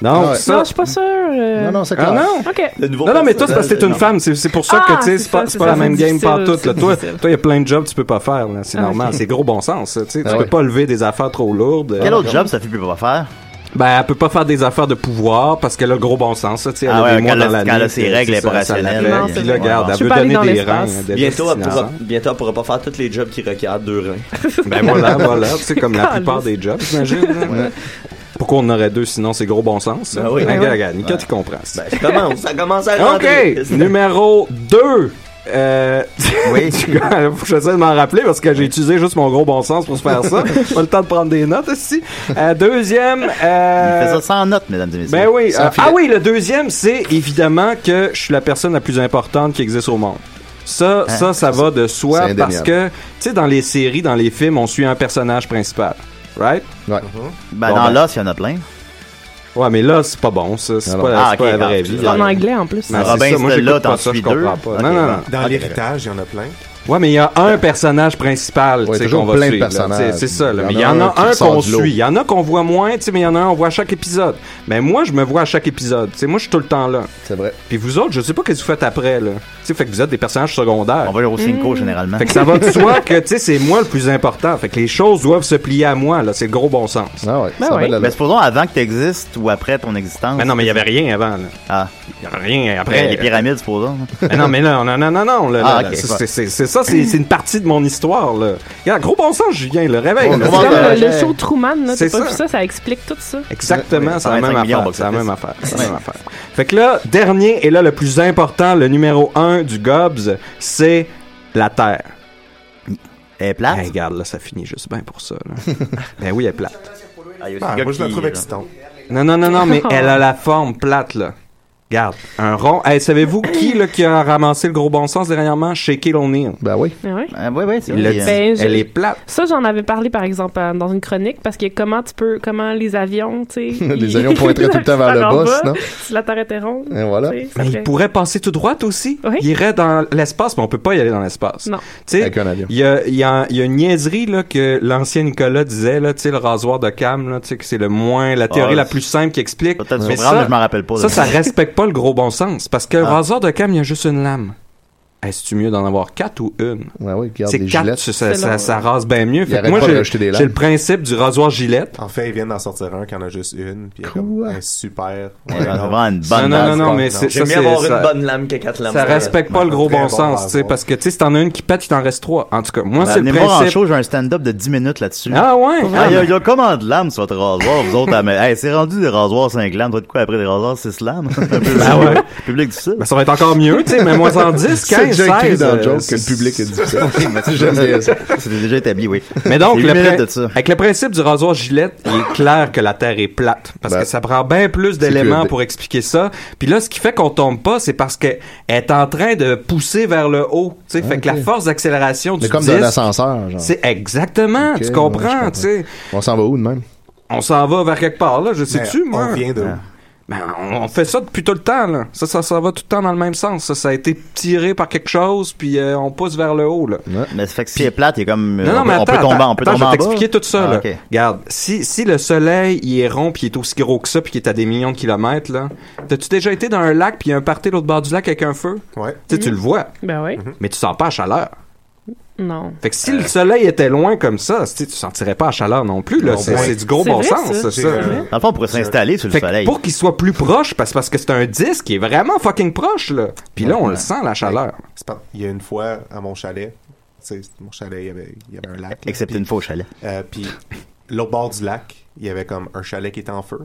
Speaker 6: Non,
Speaker 3: Non,
Speaker 6: ça...
Speaker 3: je suis pas sûr. euh.
Speaker 8: Non, non, c'est
Speaker 6: Ah
Speaker 8: clair.
Speaker 6: non?
Speaker 3: Ok.
Speaker 6: Non, non, mais toi, c'est parce que t'es une femme. C'est c'est pour ça
Speaker 3: Ah,
Speaker 6: que, tu sais,
Speaker 3: c'est
Speaker 6: c'est pas,
Speaker 3: ça,
Speaker 6: c'est pas
Speaker 3: c'est
Speaker 6: la
Speaker 3: ça,
Speaker 6: même
Speaker 3: c'est
Speaker 6: game par tout.
Speaker 3: difficile,
Speaker 6: Là. Toi,
Speaker 3: c'est difficile.
Speaker 6: toi, il y a plein de jobs que tu peux pas faire. là. C'est
Speaker 12: Ah,
Speaker 6: normal.
Speaker 12: ok.
Speaker 6: C'est gros bon sens. ça, Tu sais, tu
Speaker 12: Ah
Speaker 6: peux
Speaker 12: ouais.
Speaker 6: pas lever des affaires trop lourdes.
Speaker 12: Quel
Speaker 6: Euh,
Speaker 12: autre job ça fait plus pas faire?
Speaker 6: Ben, elle peut pas faire des affaires de pouvoir parce qu'elle a gros bon sens. ça, Tu sais, elle
Speaker 12: Ah
Speaker 6: a
Speaker 12: ouais,
Speaker 6: des mois
Speaker 12: quand
Speaker 6: dans
Speaker 12: le-
Speaker 6: l'année.
Speaker 12: quand le-
Speaker 6: que
Speaker 12: ses règles
Speaker 6: ça, ça
Speaker 12: opérationnelles,
Speaker 6: l'appelle,
Speaker 12: non,
Speaker 6: Puis
Speaker 12: c'est
Speaker 6: là,
Speaker 12: vrai.
Speaker 6: regarde,
Speaker 12: Je
Speaker 6: elle
Speaker 12: peux
Speaker 6: veut
Speaker 12: pas aller
Speaker 6: donner
Speaker 12: dans
Speaker 6: des reins.
Speaker 12: l'espace.
Speaker 6: de
Speaker 5: Bientôt, elle pourra,
Speaker 6: destination.
Speaker 5: bientôt, elle pourra pas faire tous les jobs qui requièrent deux reins.
Speaker 6: Ben voilà, voilà. C'est comme la plupart des jobs, j'imagine. là. Pourquoi on en aurait deux sinon c'est gros bon sens? ça?
Speaker 5: Ben oui.
Speaker 6: Regarde,
Speaker 5: Ben oui.
Speaker 6: regarde, Nicolas, tu comprends. ça.
Speaker 5: Ça Ben, commence, ça commence à rentrer.
Speaker 6: OK, numéro 2. Euh, oui. J'essaie de m'en rappeler parce que j'ai utilisé juste mon gros bon sens pour se faire ça. Pas le temps de prendre des notes aussi. Euh, deuxième. euh,
Speaker 12: Il fait ça sans notes, mesdames et messieurs.
Speaker 6: ben oui.
Speaker 12: Sans
Speaker 6: euh,
Speaker 12: filet.
Speaker 6: ah oui, le deuxième, c'est évidemment que je suis la personne la plus importante qui existe au monde. Ça,
Speaker 12: Hein?
Speaker 6: ça, ça va de soi
Speaker 12: C'est
Speaker 6: parce que,
Speaker 12: indéniable.
Speaker 6: tu sais, dans les séries, dans les films, on suit un personnage principal. Right?
Speaker 8: Ouais.
Speaker 12: Ben, dans l'os, il y en a plein.
Speaker 6: Ouais, mais là, c'est pas bon, ça. C'est
Speaker 12: Non,
Speaker 6: pas,
Speaker 12: non.
Speaker 6: la-
Speaker 12: Ah,
Speaker 6: c'est pas
Speaker 12: ok,
Speaker 6: la vraie
Speaker 12: ah,
Speaker 6: vie.
Speaker 12: c'est en
Speaker 3: anglais, en plus.
Speaker 6: Non,
Speaker 4: Ah,
Speaker 12: Robin
Speaker 6: c'est ça, moi,
Speaker 12: Stella,
Speaker 6: j'écoute
Speaker 12: t'en
Speaker 6: pas ça,
Speaker 12: suis
Speaker 6: je comprends
Speaker 12: deux.
Speaker 6: pas.
Speaker 12: Ok,
Speaker 6: non, non,
Speaker 12: bon.
Speaker 6: non.
Speaker 4: Dans l'héritage, il y en a plein.
Speaker 6: Ouais, mais il y a un personnage principal, tu sais,
Speaker 4: toujours
Speaker 6: qu'on va
Speaker 4: plein de
Speaker 6: suivre. là.
Speaker 4: personnages.
Speaker 6: C'est c'est ça, là.
Speaker 4: Il y
Speaker 6: Mais
Speaker 4: en
Speaker 6: il y
Speaker 4: a
Speaker 6: en
Speaker 4: un
Speaker 6: a
Speaker 4: qui
Speaker 6: un
Speaker 4: sort
Speaker 6: qu'on
Speaker 4: de l'eau.
Speaker 6: suit. Il y en a qu'on voit moins, tu sais, mais il y en a un on voit à chaque épisode. Mais moi, je me vois à chaque épisode. Tu sais, moi, je suis tout le temps là.
Speaker 8: C'est vrai.
Speaker 6: Puis vous autres, je sais pas qu'est-ce que vous faites après, là. Tu sais, fait que vous êtes des personnages secondaires. On
Speaker 12: va au Cinco, généralement.
Speaker 6: Fait que ça va de soi que, tu sais, c'est moi le plus important. Fait que les choses doivent se plier à moi, là. C'est le gros bon sens.
Speaker 8: Ah ouais.
Speaker 12: Ben
Speaker 6: ça va de la-
Speaker 12: Mais supposons avant que tu existes ou après ton existence. Mais
Speaker 6: ah. Ben non, mais il n'y avait rien avant. Là.
Speaker 12: Ah.
Speaker 6: Il n'y avait rien après.
Speaker 12: les pyramides, supposons.
Speaker 6: Mais non, mais non, non, non, non, non. là,
Speaker 12: Ah,
Speaker 6: là,
Speaker 12: ok,
Speaker 6: c'est-
Speaker 12: ouais.
Speaker 6: c'est- c'est c'est ça, c'est c'est une partie de mon histoire. Là. Regarde, gros bon sens, Julien, le réveil.
Speaker 3: C'est
Speaker 6: là. euh,
Speaker 3: comme le, le show Truman, là, t'as
Speaker 6: C'est
Speaker 3: pas
Speaker 6: ça.
Speaker 3: vu ça, ça explique tout ça.
Speaker 6: Exactement, c'est la même
Speaker 12: 125 millions
Speaker 6: affaire.
Speaker 12: box
Speaker 6: C'est la même
Speaker 12: office.
Speaker 6: affaire. c'est la même affaire. Fait que là, dernier et là le plus important, le numéro 1 du Gobs, c'est la Terre.
Speaker 12: Elle est plate?
Speaker 6: regarde, là, ça finit juste bien pour ça. là. ben oui, elle est plate.
Speaker 12: Ah, il y a aussi
Speaker 4: Ah,
Speaker 12: le gars
Speaker 4: moi, je la
Speaker 12: qui-
Speaker 4: trouve excitante.
Speaker 6: Non, non, non, non, mais elle a la forme plate, là. Regarde, un rond. Hey, savez-vous qui, là, qui a ramassé le gros bon sens dernièrement? Shaquille O'Neal.
Speaker 8: Ben oui.
Speaker 3: Ah ouais?
Speaker 2: oui, oui, c'est
Speaker 6: Il l'a
Speaker 2: vrai. hein.
Speaker 6: dit.
Speaker 3: Ben, je-
Speaker 6: Elle est plate.
Speaker 3: Ça, j'en avais parlé, par exemple, euh, dans une chronique, parce que comment tu peux, comment les avions, tu sais.
Speaker 8: Les
Speaker 3: ils-
Speaker 8: avions pointeraient tout le temps vers le
Speaker 3: vers
Speaker 8: bas,
Speaker 3: bas,
Speaker 8: sinon.
Speaker 3: Si la Terre était ronde.
Speaker 8: Et voilà.
Speaker 3: tu sais, ça
Speaker 6: Mais
Speaker 3: fait-
Speaker 6: il pourrait passer tout droit aussi. Il irait dans l'espace, mais on peut pas y aller dans l'espace.
Speaker 3: Non.
Speaker 6: Tu sais, il y a, il y a- il y a une niaiserie là, que l'ancien Nicolas disait, là, tu sais, le rasoir de cam, là, tu sais, que c'est le moins, la théorie
Speaker 2: Ah,
Speaker 6: la plus simple qui explique.
Speaker 2: tu comprends, mais je m'en rappelle pas,
Speaker 6: Ça,
Speaker 2: là.
Speaker 6: ça respecte pas le gros bon sens. Parce qu'un
Speaker 2: Ah.
Speaker 6: rasoir euh, de cam, il y a juste une lame. Est-ce mieux d'en avoir quatre ou une?
Speaker 8: garde
Speaker 6: C'est
Speaker 8: des
Speaker 6: quatre,
Speaker 8: gilettes.
Speaker 6: ça, ça,
Speaker 8: C'est
Speaker 6: ça-
Speaker 8: long.
Speaker 6: ça rase bien mieux.
Speaker 8: Il
Speaker 6: Fait que
Speaker 8: arrête
Speaker 6: moi,
Speaker 8: pas de
Speaker 6: j'ai
Speaker 8: jeter des lames.
Speaker 6: j'ai le principe du rasoir gilet.
Speaker 4: Enfin, ils viennent d'en sortir un qui en a juste une, puis il y a comme un super.
Speaker 6: Ouais, on va avoir une bonne Non, non, lame, non, non, quoi. mais c'est-
Speaker 5: J'aime
Speaker 6: ça,
Speaker 5: mieux
Speaker 6: c'est-
Speaker 5: avoir
Speaker 6: ça-
Speaker 5: une bonne lame que quatre lames.
Speaker 6: Ça respecte pas le gros
Speaker 5: Très
Speaker 6: bon
Speaker 5: bon
Speaker 6: sens, tu sais,
Speaker 5: rasoir.
Speaker 6: parce que, tu sais, si t'en as une qui pète, il t'en reste trois. En tout cas, moi,
Speaker 2: Ben,
Speaker 6: c'est le
Speaker 2: venez me
Speaker 12: Ah,
Speaker 2: voir en
Speaker 6: principe.
Speaker 2: show, j'ai un stand-up de 10 minutes là-dessus.
Speaker 6: Ah ouais?
Speaker 2: Ah, il y a, il y a comment de lames sur votre rasoir, vous autres? à me- Hey, c'est rendu des rasoirs 5 lames. Toi, de quoi après des rasoirs 6 lames? ah ouais? Public difficile.
Speaker 6: Ben, ça va être encore mieux, tu sais, mais moins en 10, 15, 16.
Speaker 2: C'est déjà écrit dans le
Speaker 6: euh,
Speaker 2: joke que le
Speaker 6: c'est-
Speaker 2: public est difficile. Mais c'est- j'aime bien ça. C'était déjà établi, oui.
Speaker 6: Mais donc,
Speaker 2: C'est
Speaker 6: le
Speaker 2: huit minutes
Speaker 6: prin-
Speaker 2: de ça.
Speaker 6: avec le principe du rasoir gilette, il est clair que la Terre est plate.
Speaker 8: Ben,
Speaker 6: Parce que ça prend bien plus d'éléments
Speaker 2: QFD.
Speaker 6: pour expliquer ça. Puis là, ce qui fait qu'on tombe pas, c'est parce qu'elle est en train de pousser vers le haut. Tu sais, fait que la force d'accélération du
Speaker 8: Mais comme
Speaker 6: 10,
Speaker 8: dans l'ascenseur, genre.
Speaker 6: C'est exactement,
Speaker 8: Ok,
Speaker 6: tu
Speaker 8: ouais, je
Speaker 6: comprends,
Speaker 8: comprends.
Speaker 6: tu sais.
Speaker 8: On s'en va où de même?
Speaker 6: On s'en va vers quelque part, là, je sais-tu,
Speaker 8: Mais
Speaker 6: moi.
Speaker 8: on vient de où?
Speaker 6: Ben, on, on fait ça depuis tout le temps, là. Ça, ça, ça va tout le temps dans le même sens. Ça, ça a été tiré par quelque chose, puis euh, on pousse vers le haut, là.
Speaker 2: Mais ça fait que si elle est plate, il est comme. euh,
Speaker 6: Non,
Speaker 2: on,
Speaker 6: non, mais
Speaker 2: peut, on
Speaker 6: attends,
Speaker 2: peut tomber,
Speaker 6: attends,
Speaker 2: on peut
Speaker 6: attends,
Speaker 2: tomber en
Speaker 6: je vais
Speaker 2: bas.
Speaker 6: t'expliquer tout ça.
Speaker 2: Ah,
Speaker 6: là.
Speaker 2: ok.
Speaker 6: Regarde, si, si le soleil il est rond puis il est aussi gros que ça puis qu'il est à des millions de kilomètres, là, t'as-tu déjà été dans un lac puis il y a un party de l'autre bord du lac avec un feu?
Speaker 4: Ouais.
Speaker 6: Tu sais, tu le vois,
Speaker 3: Ben oui.
Speaker 6: mais tu sens pas la chaleur.
Speaker 3: Non.
Speaker 6: Fait que si
Speaker 2: Euh,
Speaker 6: le soleil était loin comme ça, tu sais, tu sentirais pas la chaleur non plus. là.
Speaker 2: Non,
Speaker 6: C'est
Speaker 2: ouais.
Speaker 6: c'est du gros
Speaker 2: C'est
Speaker 6: bon
Speaker 2: vrai,
Speaker 6: sens,
Speaker 2: ça.
Speaker 6: ça.
Speaker 2: C'est
Speaker 6: ça.
Speaker 2: vrai. Dans le fond, on pourrait s'installer sur le
Speaker 6: Fait que
Speaker 2: soleil.
Speaker 6: Pour qu'il soit plus proche, parce, parce que c'est un disque qui est vraiment fucking proche, là. Puis là, on le sent, la chaleur.
Speaker 4: C'est pas- Il y a une fois à mon chalet, tu sais, mon chalet, il y avait, il y avait un lac. là,
Speaker 2: Excepté
Speaker 4: puis-
Speaker 2: une fois au chalet.
Speaker 4: Euh, puis l'autre bord du lac, il y avait comme un chalet qui était en feu.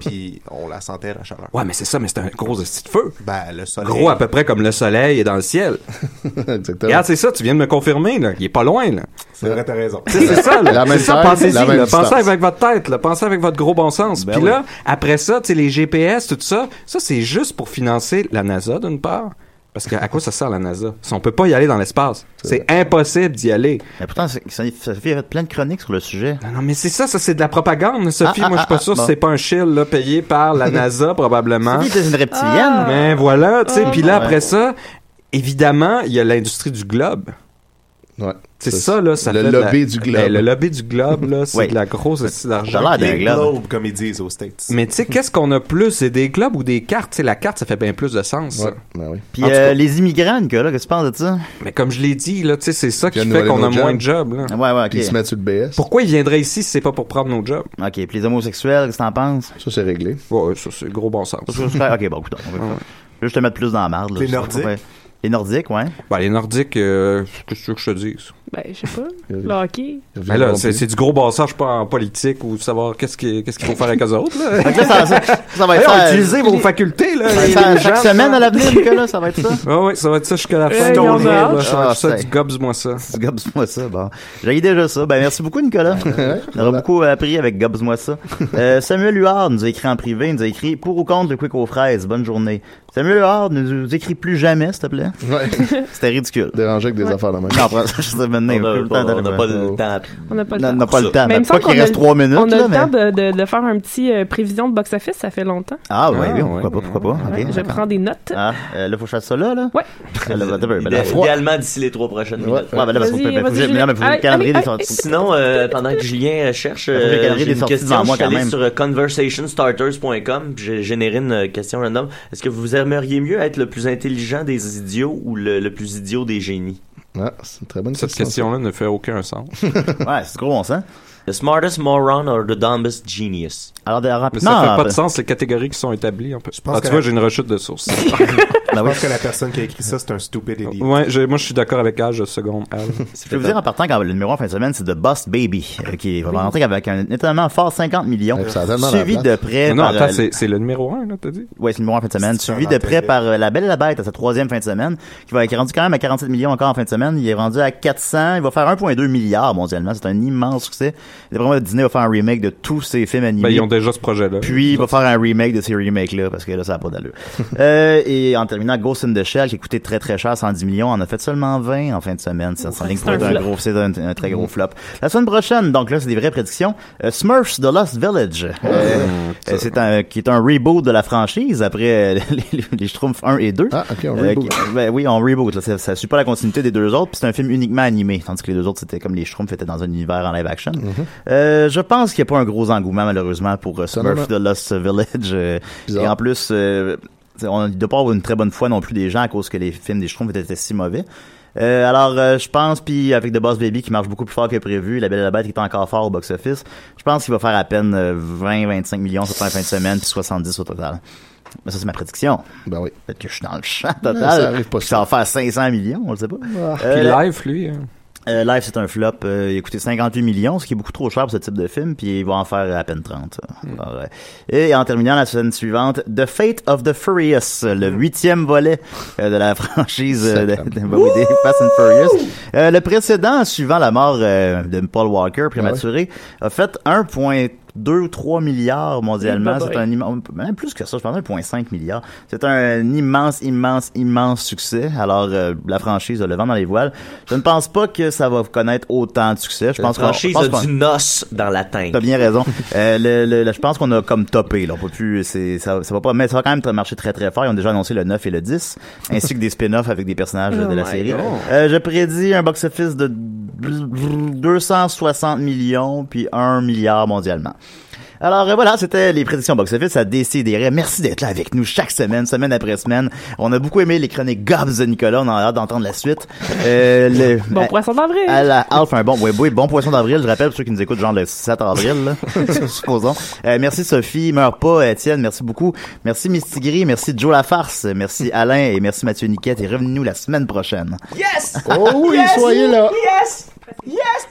Speaker 4: puis on la sentait, la chaleur.
Speaker 6: Ouais, mais c'est ça, mais c'est un gros petit feu.
Speaker 4: Ben, le soleil.
Speaker 6: Gros à peu près comme le soleil est dans le ciel.
Speaker 8: Exactement.
Speaker 6: Regarde, c'est ça, tu viens de me confirmer, là. Il est pas loin, là.
Speaker 4: C'est vrai, t'as raison.
Speaker 6: Tu sais, C'est ça, là.
Speaker 4: La même
Speaker 6: C'est ça,
Speaker 4: taille,
Speaker 6: pensez-y,
Speaker 4: la
Speaker 6: là.
Speaker 4: même
Speaker 6: Pensez
Speaker 4: distance.
Speaker 6: avec votre tête, là. Pensez avec votre gros bon sens.
Speaker 2: Ben
Speaker 6: Puis là, après ça, tu sais, les GPS, tout ça, ça, c'est juste pour financer la NASA, d'une part. Parce que à quoi ça sert, la NASA? Si on peut pas y aller dans l'espace. C'est impossible d'y aller.
Speaker 2: Mais pourtant, c'est- ça- Sophie avait plein de chroniques sur le sujet.
Speaker 6: Non, non, mais c'est ça, ça, c'est de la propagande, Sophie.
Speaker 2: Ah, ah,
Speaker 6: Moi, je suis pas
Speaker 2: ah,
Speaker 6: sûr
Speaker 2: bon.
Speaker 6: si c'est pas un chill, là, payé par la NASA, probablement.
Speaker 2: Sophie était une reptilienne. Ah.
Speaker 6: Mais voilà, tu sais. Puis là,
Speaker 2: Ouais.
Speaker 6: après ça, évidemment, il y a l'industrie du globe.
Speaker 8: Ouais.
Speaker 6: C'est ça, là, ça
Speaker 8: Le
Speaker 6: fait de la-
Speaker 8: lobby du globe.
Speaker 6: Ben, le lobby du globe, là, c'est
Speaker 8: Ouais.
Speaker 6: de la grosse c'est de l'argent.
Speaker 4: Les globes, comme ils disent aux States.
Speaker 6: Mais tu sais, qu'est-ce qu'on a plus C'est des globes ou des cartes Tu sais, la carte, ça fait bien plus de sens. ça.
Speaker 4: ben
Speaker 2: Puis
Speaker 6: En tout
Speaker 2: euh,
Speaker 6: cas,
Speaker 2: les immigrants, Nicolas, qu'est-ce que tu penses de ça?
Speaker 6: Mais comme je l'ai dit, là, tu sais, c'est ça qui
Speaker 2: viennent
Speaker 6: fait
Speaker 2: voler
Speaker 6: qu'on a
Speaker 2: nos
Speaker 6: moins
Speaker 2: jobs.
Speaker 6: de jobs. Là.
Speaker 2: Ouais, ouais, ok.
Speaker 6: Puis ils se mettent
Speaker 8: sur le BS.
Speaker 6: Pourquoi ils viendraient ici si c'est pas pour prendre nos jobs?
Speaker 2: OK. Puis les homosexuels, qu'est-ce que t'en penses?
Speaker 8: Ça, c'est réglé.
Speaker 6: Ouais, ça, c'est gros bon sens.
Speaker 2: OK, bon, écoute. on va- Je vais juste te mettre plus dans la marde. là,
Speaker 6: Les
Speaker 2: je sais pas
Speaker 6: Nordiques?
Speaker 2: pourquoi. Les Nordiques, ouais.
Speaker 6: Ben, les Nordiques, euh, qu'est-ce que tu veux que je te dise
Speaker 3: Ben, je sais pas. Le hockey.
Speaker 6: Mais là, c'est c'est du gros bassage pas en politique ou de savoir qu'est-ce qui- qu'est-ce qu'il faut faire avec eux autres. Là.
Speaker 2: Fait que là, ça- ça- ça va être
Speaker 6: Hey, on
Speaker 2: ça,
Speaker 6: va
Speaker 2: euh,
Speaker 6: utiliser vos
Speaker 2: les-
Speaker 6: facultés. Là,
Speaker 2: Ça-
Speaker 6: les-
Speaker 2: ça-
Speaker 6: les
Speaker 2: chaque
Speaker 6: gens,
Speaker 2: semaine
Speaker 6: là.
Speaker 2: à l'avenir, Nicolas, ça va être ça?
Speaker 6: Ouais, ouais, ça va être ça jusqu'à la
Speaker 3: Eh,
Speaker 2: Hey,
Speaker 6: fin.
Speaker 2: ils ont hâte.
Speaker 6: là, change
Speaker 2: Ah,
Speaker 6: ça,
Speaker 2: c'est-
Speaker 6: du gobs-moi ça.
Speaker 2: Tu gobes-moi ça, bon. J'ai déjà ça. Ben, merci beaucoup, Nicolas. On aura beaucoup appris avec Gobs-moi ça. Euh, Samuel Huard nous a écrit en privé, il nous a écrit pour ou contre le quick aux fraises. Bonne journée. Samuel Huard ne nous écrit plus jamais, s'il te plaît. C'était ridicule.
Speaker 8: Dérangé avec des affaires de même.
Speaker 2: Non, après, je sais maintenant, il y a plus le temps d'aller-
Speaker 5: on n'a pas le temps.
Speaker 3: On n'a pas le
Speaker 2: Non,
Speaker 3: temps.
Speaker 2: on n'a pas le temps.
Speaker 3: Mais il me
Speaker 2: Pas
Speaker 3: semble
Speaker 2: qu'il
Speaker 3: qu'on a
Speaker 2: reste
Speaker 3: le-
Speaker 2: trois minutes,
Speaker 3: On a
Speaker 2: là,
Speaker 3: le
Speaker 2: mais-
Speaker 3: temps de, de- de faire un petit euh, prévision de box-office, ça fait longtemps.
Speaker 2: Ah, ouais, oui, pourquoi pas, pourquoi pas.
Speaker 3: Ouais,
Speaker 2: ok.
Speaker 3: je prends des notes.
Speaker 2: Ah, euh, là, faut que je fasse ça là, là?
Speaker 3: Ouais.
Speaker 5: Idéalement d'ici les trois prochaines minutes.
Speaker 2: Ouais, ben là, parce qu'on peut-
Speaker 5: Vas-y,
Speaker 2: parce que-
Speaker 5: vas-y,
Speaker 2: mais non, mais faut
Speaker 5: Julien. Ah,
Speaker 2: que le calendrier
Speaker 5: Allez,
Speaker 2: des sorties.
Speaker 5: Sinon, euh, pendant que Julien euh, cherche,
Speaker 2: Faut que le
Speaker 5: euh,
Speaker 2: calendrier
Speaker 5: j'ai
Speaker 2: des
Speaker 5: une
Speaker 2: sorties
Speaker 5: question.
Speaker 2: devant
Speaker 5: Je
Speaker 2: moi,
Speaker 5: suis
Speaker 2: quand
Speaker 5: allé
Speaker 2: même.
Speaker 5: sur euh, conversationstarters.com, puis j'ai généré une euh, question random. Est-ce que vous aimeriez mieux être le plus intelligent des idiots ou le, le plus idiot des génies?
Speaker 8: Ah, c'est une très bonne
Speaker 6: Cette
Speaker 8: question.
Speaker 6: question-là ne fait aucun sens.
Speaker 2: ouais, c'est gros, on sent.
Speaker 5: The smartest moron or the dumbest genius?
Speaker 2: Alors, euh,
Speaker 6: Mais ça fait pas de sens, les catégories qui sont établies. un peu.
Speaker 5: pense
Speaker 6: Ah, tu
Speaker 5: que-
Speaker 6: vois, j'ai une rechute de sources.
Speaker 4: Je pense que la personne qui a écrit ça, c'est un stupide idiot.
Speaker 6: Ouais, je- moi je suis d'accord avec Al, je seconde Al. Ben,
Speaker 2: Je peux vous dire en partant que le numéro en fin de semaine, c'est The Boss Baby, euh, qui va rentrer avec un étonnement fort 50 millions,
Speaker 6: tellement
Speaker 2: suivi
Speaker 6: la
Speaker 2: de
Speaker 6: place.
Speaker 2: près
Speaker 6: Non,
Speaker 2: par...
Speaker 6: attends,
Speaker 2: euh,
Speaker 6: c'est- c'est le numéro 1, là, t'as dit?
Speaker 2: Ouais, c'est le numéro en fin de semaine.
Speaker 6: C'est
Speaker 2: Suivi
Speaker 6: un
Speaker 2: de près
Speaker 6: intérêt.
Speaker 2: par euh, La Belle et la Bête à sa troisième fin de semaine, qui va être rendu quand même à 47 millions encore en fin de semaine. Il est rendu à 400. Il va faire 1,2 milliard mondialement. C'est un immense succès. Vraiment, Disney va faire un remake de tous ses films animés.
Speaker 6: Ben, ils ont déjà ce projet-là.
Speaker 2: Puis, il va faire un remake de ces remakes-là, parce que là, ça n'a pas d'allure. euh, et en terminant, Ghost in the Shell, qui a coûté très très cher, 110 millions, en a fait seulement 20 en fin de semaine. Ça s'enligne
Speaker 12: c'est
Speaker 2: pour
Speaker 12: un
Speaker 2: être un
Speaker 12: flop. Mmh.
Speaker 2: gros- c'est un, un très gros flop. La semaine prochaine, donc là, c'est des vraies prédictions. euh, Smurfs The Lost Village,
Speaker 12: Mmh,
Speaker 2: euh, euh, c'est un, qui est un reboot de la franchise après euh, les, les, les Schtroumpfs 1 et 2. Ah, ok,
Speaker 8: on reboot.
Speaker 2: ben oui, on reboot. Là. Ça, ça suit pas la continuité des deux autres, puis c'est un film uniquement animé, tandis que les deux autres, c'était comme les Schtroumpfs étaient dans un univers en live action. Euh, je pense qu'il n'y a pas un gros engouement, malheureusement, pour euh, Smurf The
Speaker 8: Étonnamment.
Speaker 2: Lost Village. euh, et en plus, euh, t'sais, on ne doit pas avoir une très bonne foi non plus des gens à cause que les films des Schtroumpfs étaient si mauvais. Euh, alors, euh, je pense, puis avec The Boss Baby qui marche beaucoup plus fort que prévu, La Belle et la Bête qui est encore fort au box-office, je pense qu'il va faire à peine 20-25 millions sur la fin de semaine, puis 70 au total. Mais ça, c'est ma prédiction.
Speaker 8: Ben oui.
Speaker 2: Peut-être que je suis dans le champ
Speaker 8: Ouais,
Speaker 2: total.
Speaker 8: ça arrive
Speaker 2: Puis ça va faire 500 millions, on le sait pas.
Speaker 8: Ah.
Speaker 2: Euh,
Speaker 6: Puis
Speaker 2: la-
Speaker 6: live, lui. hein.
Speaker 2: euh, live, c'est un flop. Euh, il a coûté 58 millions, ce qui est beaucoup trop cher pour ce type de film, puis il va en faire à peine 30.
Speaker 6: Hmm.
Speaker 2: Alors, euh, et en terminant la semaine suivante, The Fate of the Furious, le
Speaker 6: Hmm.
Speaker 2: huitième volet euh, de la franchise euh, de, de- bah oui, des Fast and Furious. Euh, le précédent, suivant la mort euh, de Paul
Speaker 8: Ah
Speaker 2: Walker, prématuré, a fait 1,2 ou 3 milliards mondialement.
Speaker 12: Eh, bye-bye.
Speaker 2: C'est un un immen- même plus que ça, je pense 1.5 milliard. C'est un immense, immense, immense succès. Alors, euh, la franchise a le vent dans les voiles. Je ne pense pas que ça va connaître autant de succès. Je
Speaker 5: La
Speaker 2: pense qu'on-
Speaker 5: franchise
Speaker 2: je pense
Speaker 5: a
Speaker 2: qu'on-
Speaker 5: du noce dans la teinte.
Speaker 2: T'as bien raison. Euh, le- le- le- je pense qu'on a comme topé. Là. On peut plus, c'est, ça, ça va pas, mais ça va quand même marcher très très fort. Ils ont déjà annoncé le 9 et le 10, ainsi que des spin-offs avec des personnages euh, de la
Speaker 5: Oh my
Speaker 2: série.
Speaker 5: God.
Speaker 2: Euh, je prédis un box-office de 260 millions puis 1 milliard mondialement. Alors euh, voilà, c'était les prédictions box-office à décider. Merci d'être là avec nous chaque semaine, semaine après semaine. On a beaucoup aimé les chroniques Gobs de Nicolas. On a hâte d'entendre la suite. Euh, le-
Speaker 3: Bon poisson d'avril.
Speaker 2: à la Alf, un bon, ouais, oui, bon poisson d'avril, je rappelle, pour ceux qui nous écoutent genre le 7 avril, là, supposons. Euh, merci Sophie, meurs pas, Étienne, merci beaucoup. Merci Mistigri, merci Joe Lafarce, merci Alain et merci Mathieu Niquette et revenez-nous la semaine prochaine.
Speaker 12: Yes!
Speaker 8: Oh oui, soyez là.
Speaker 12: Yes! Yes!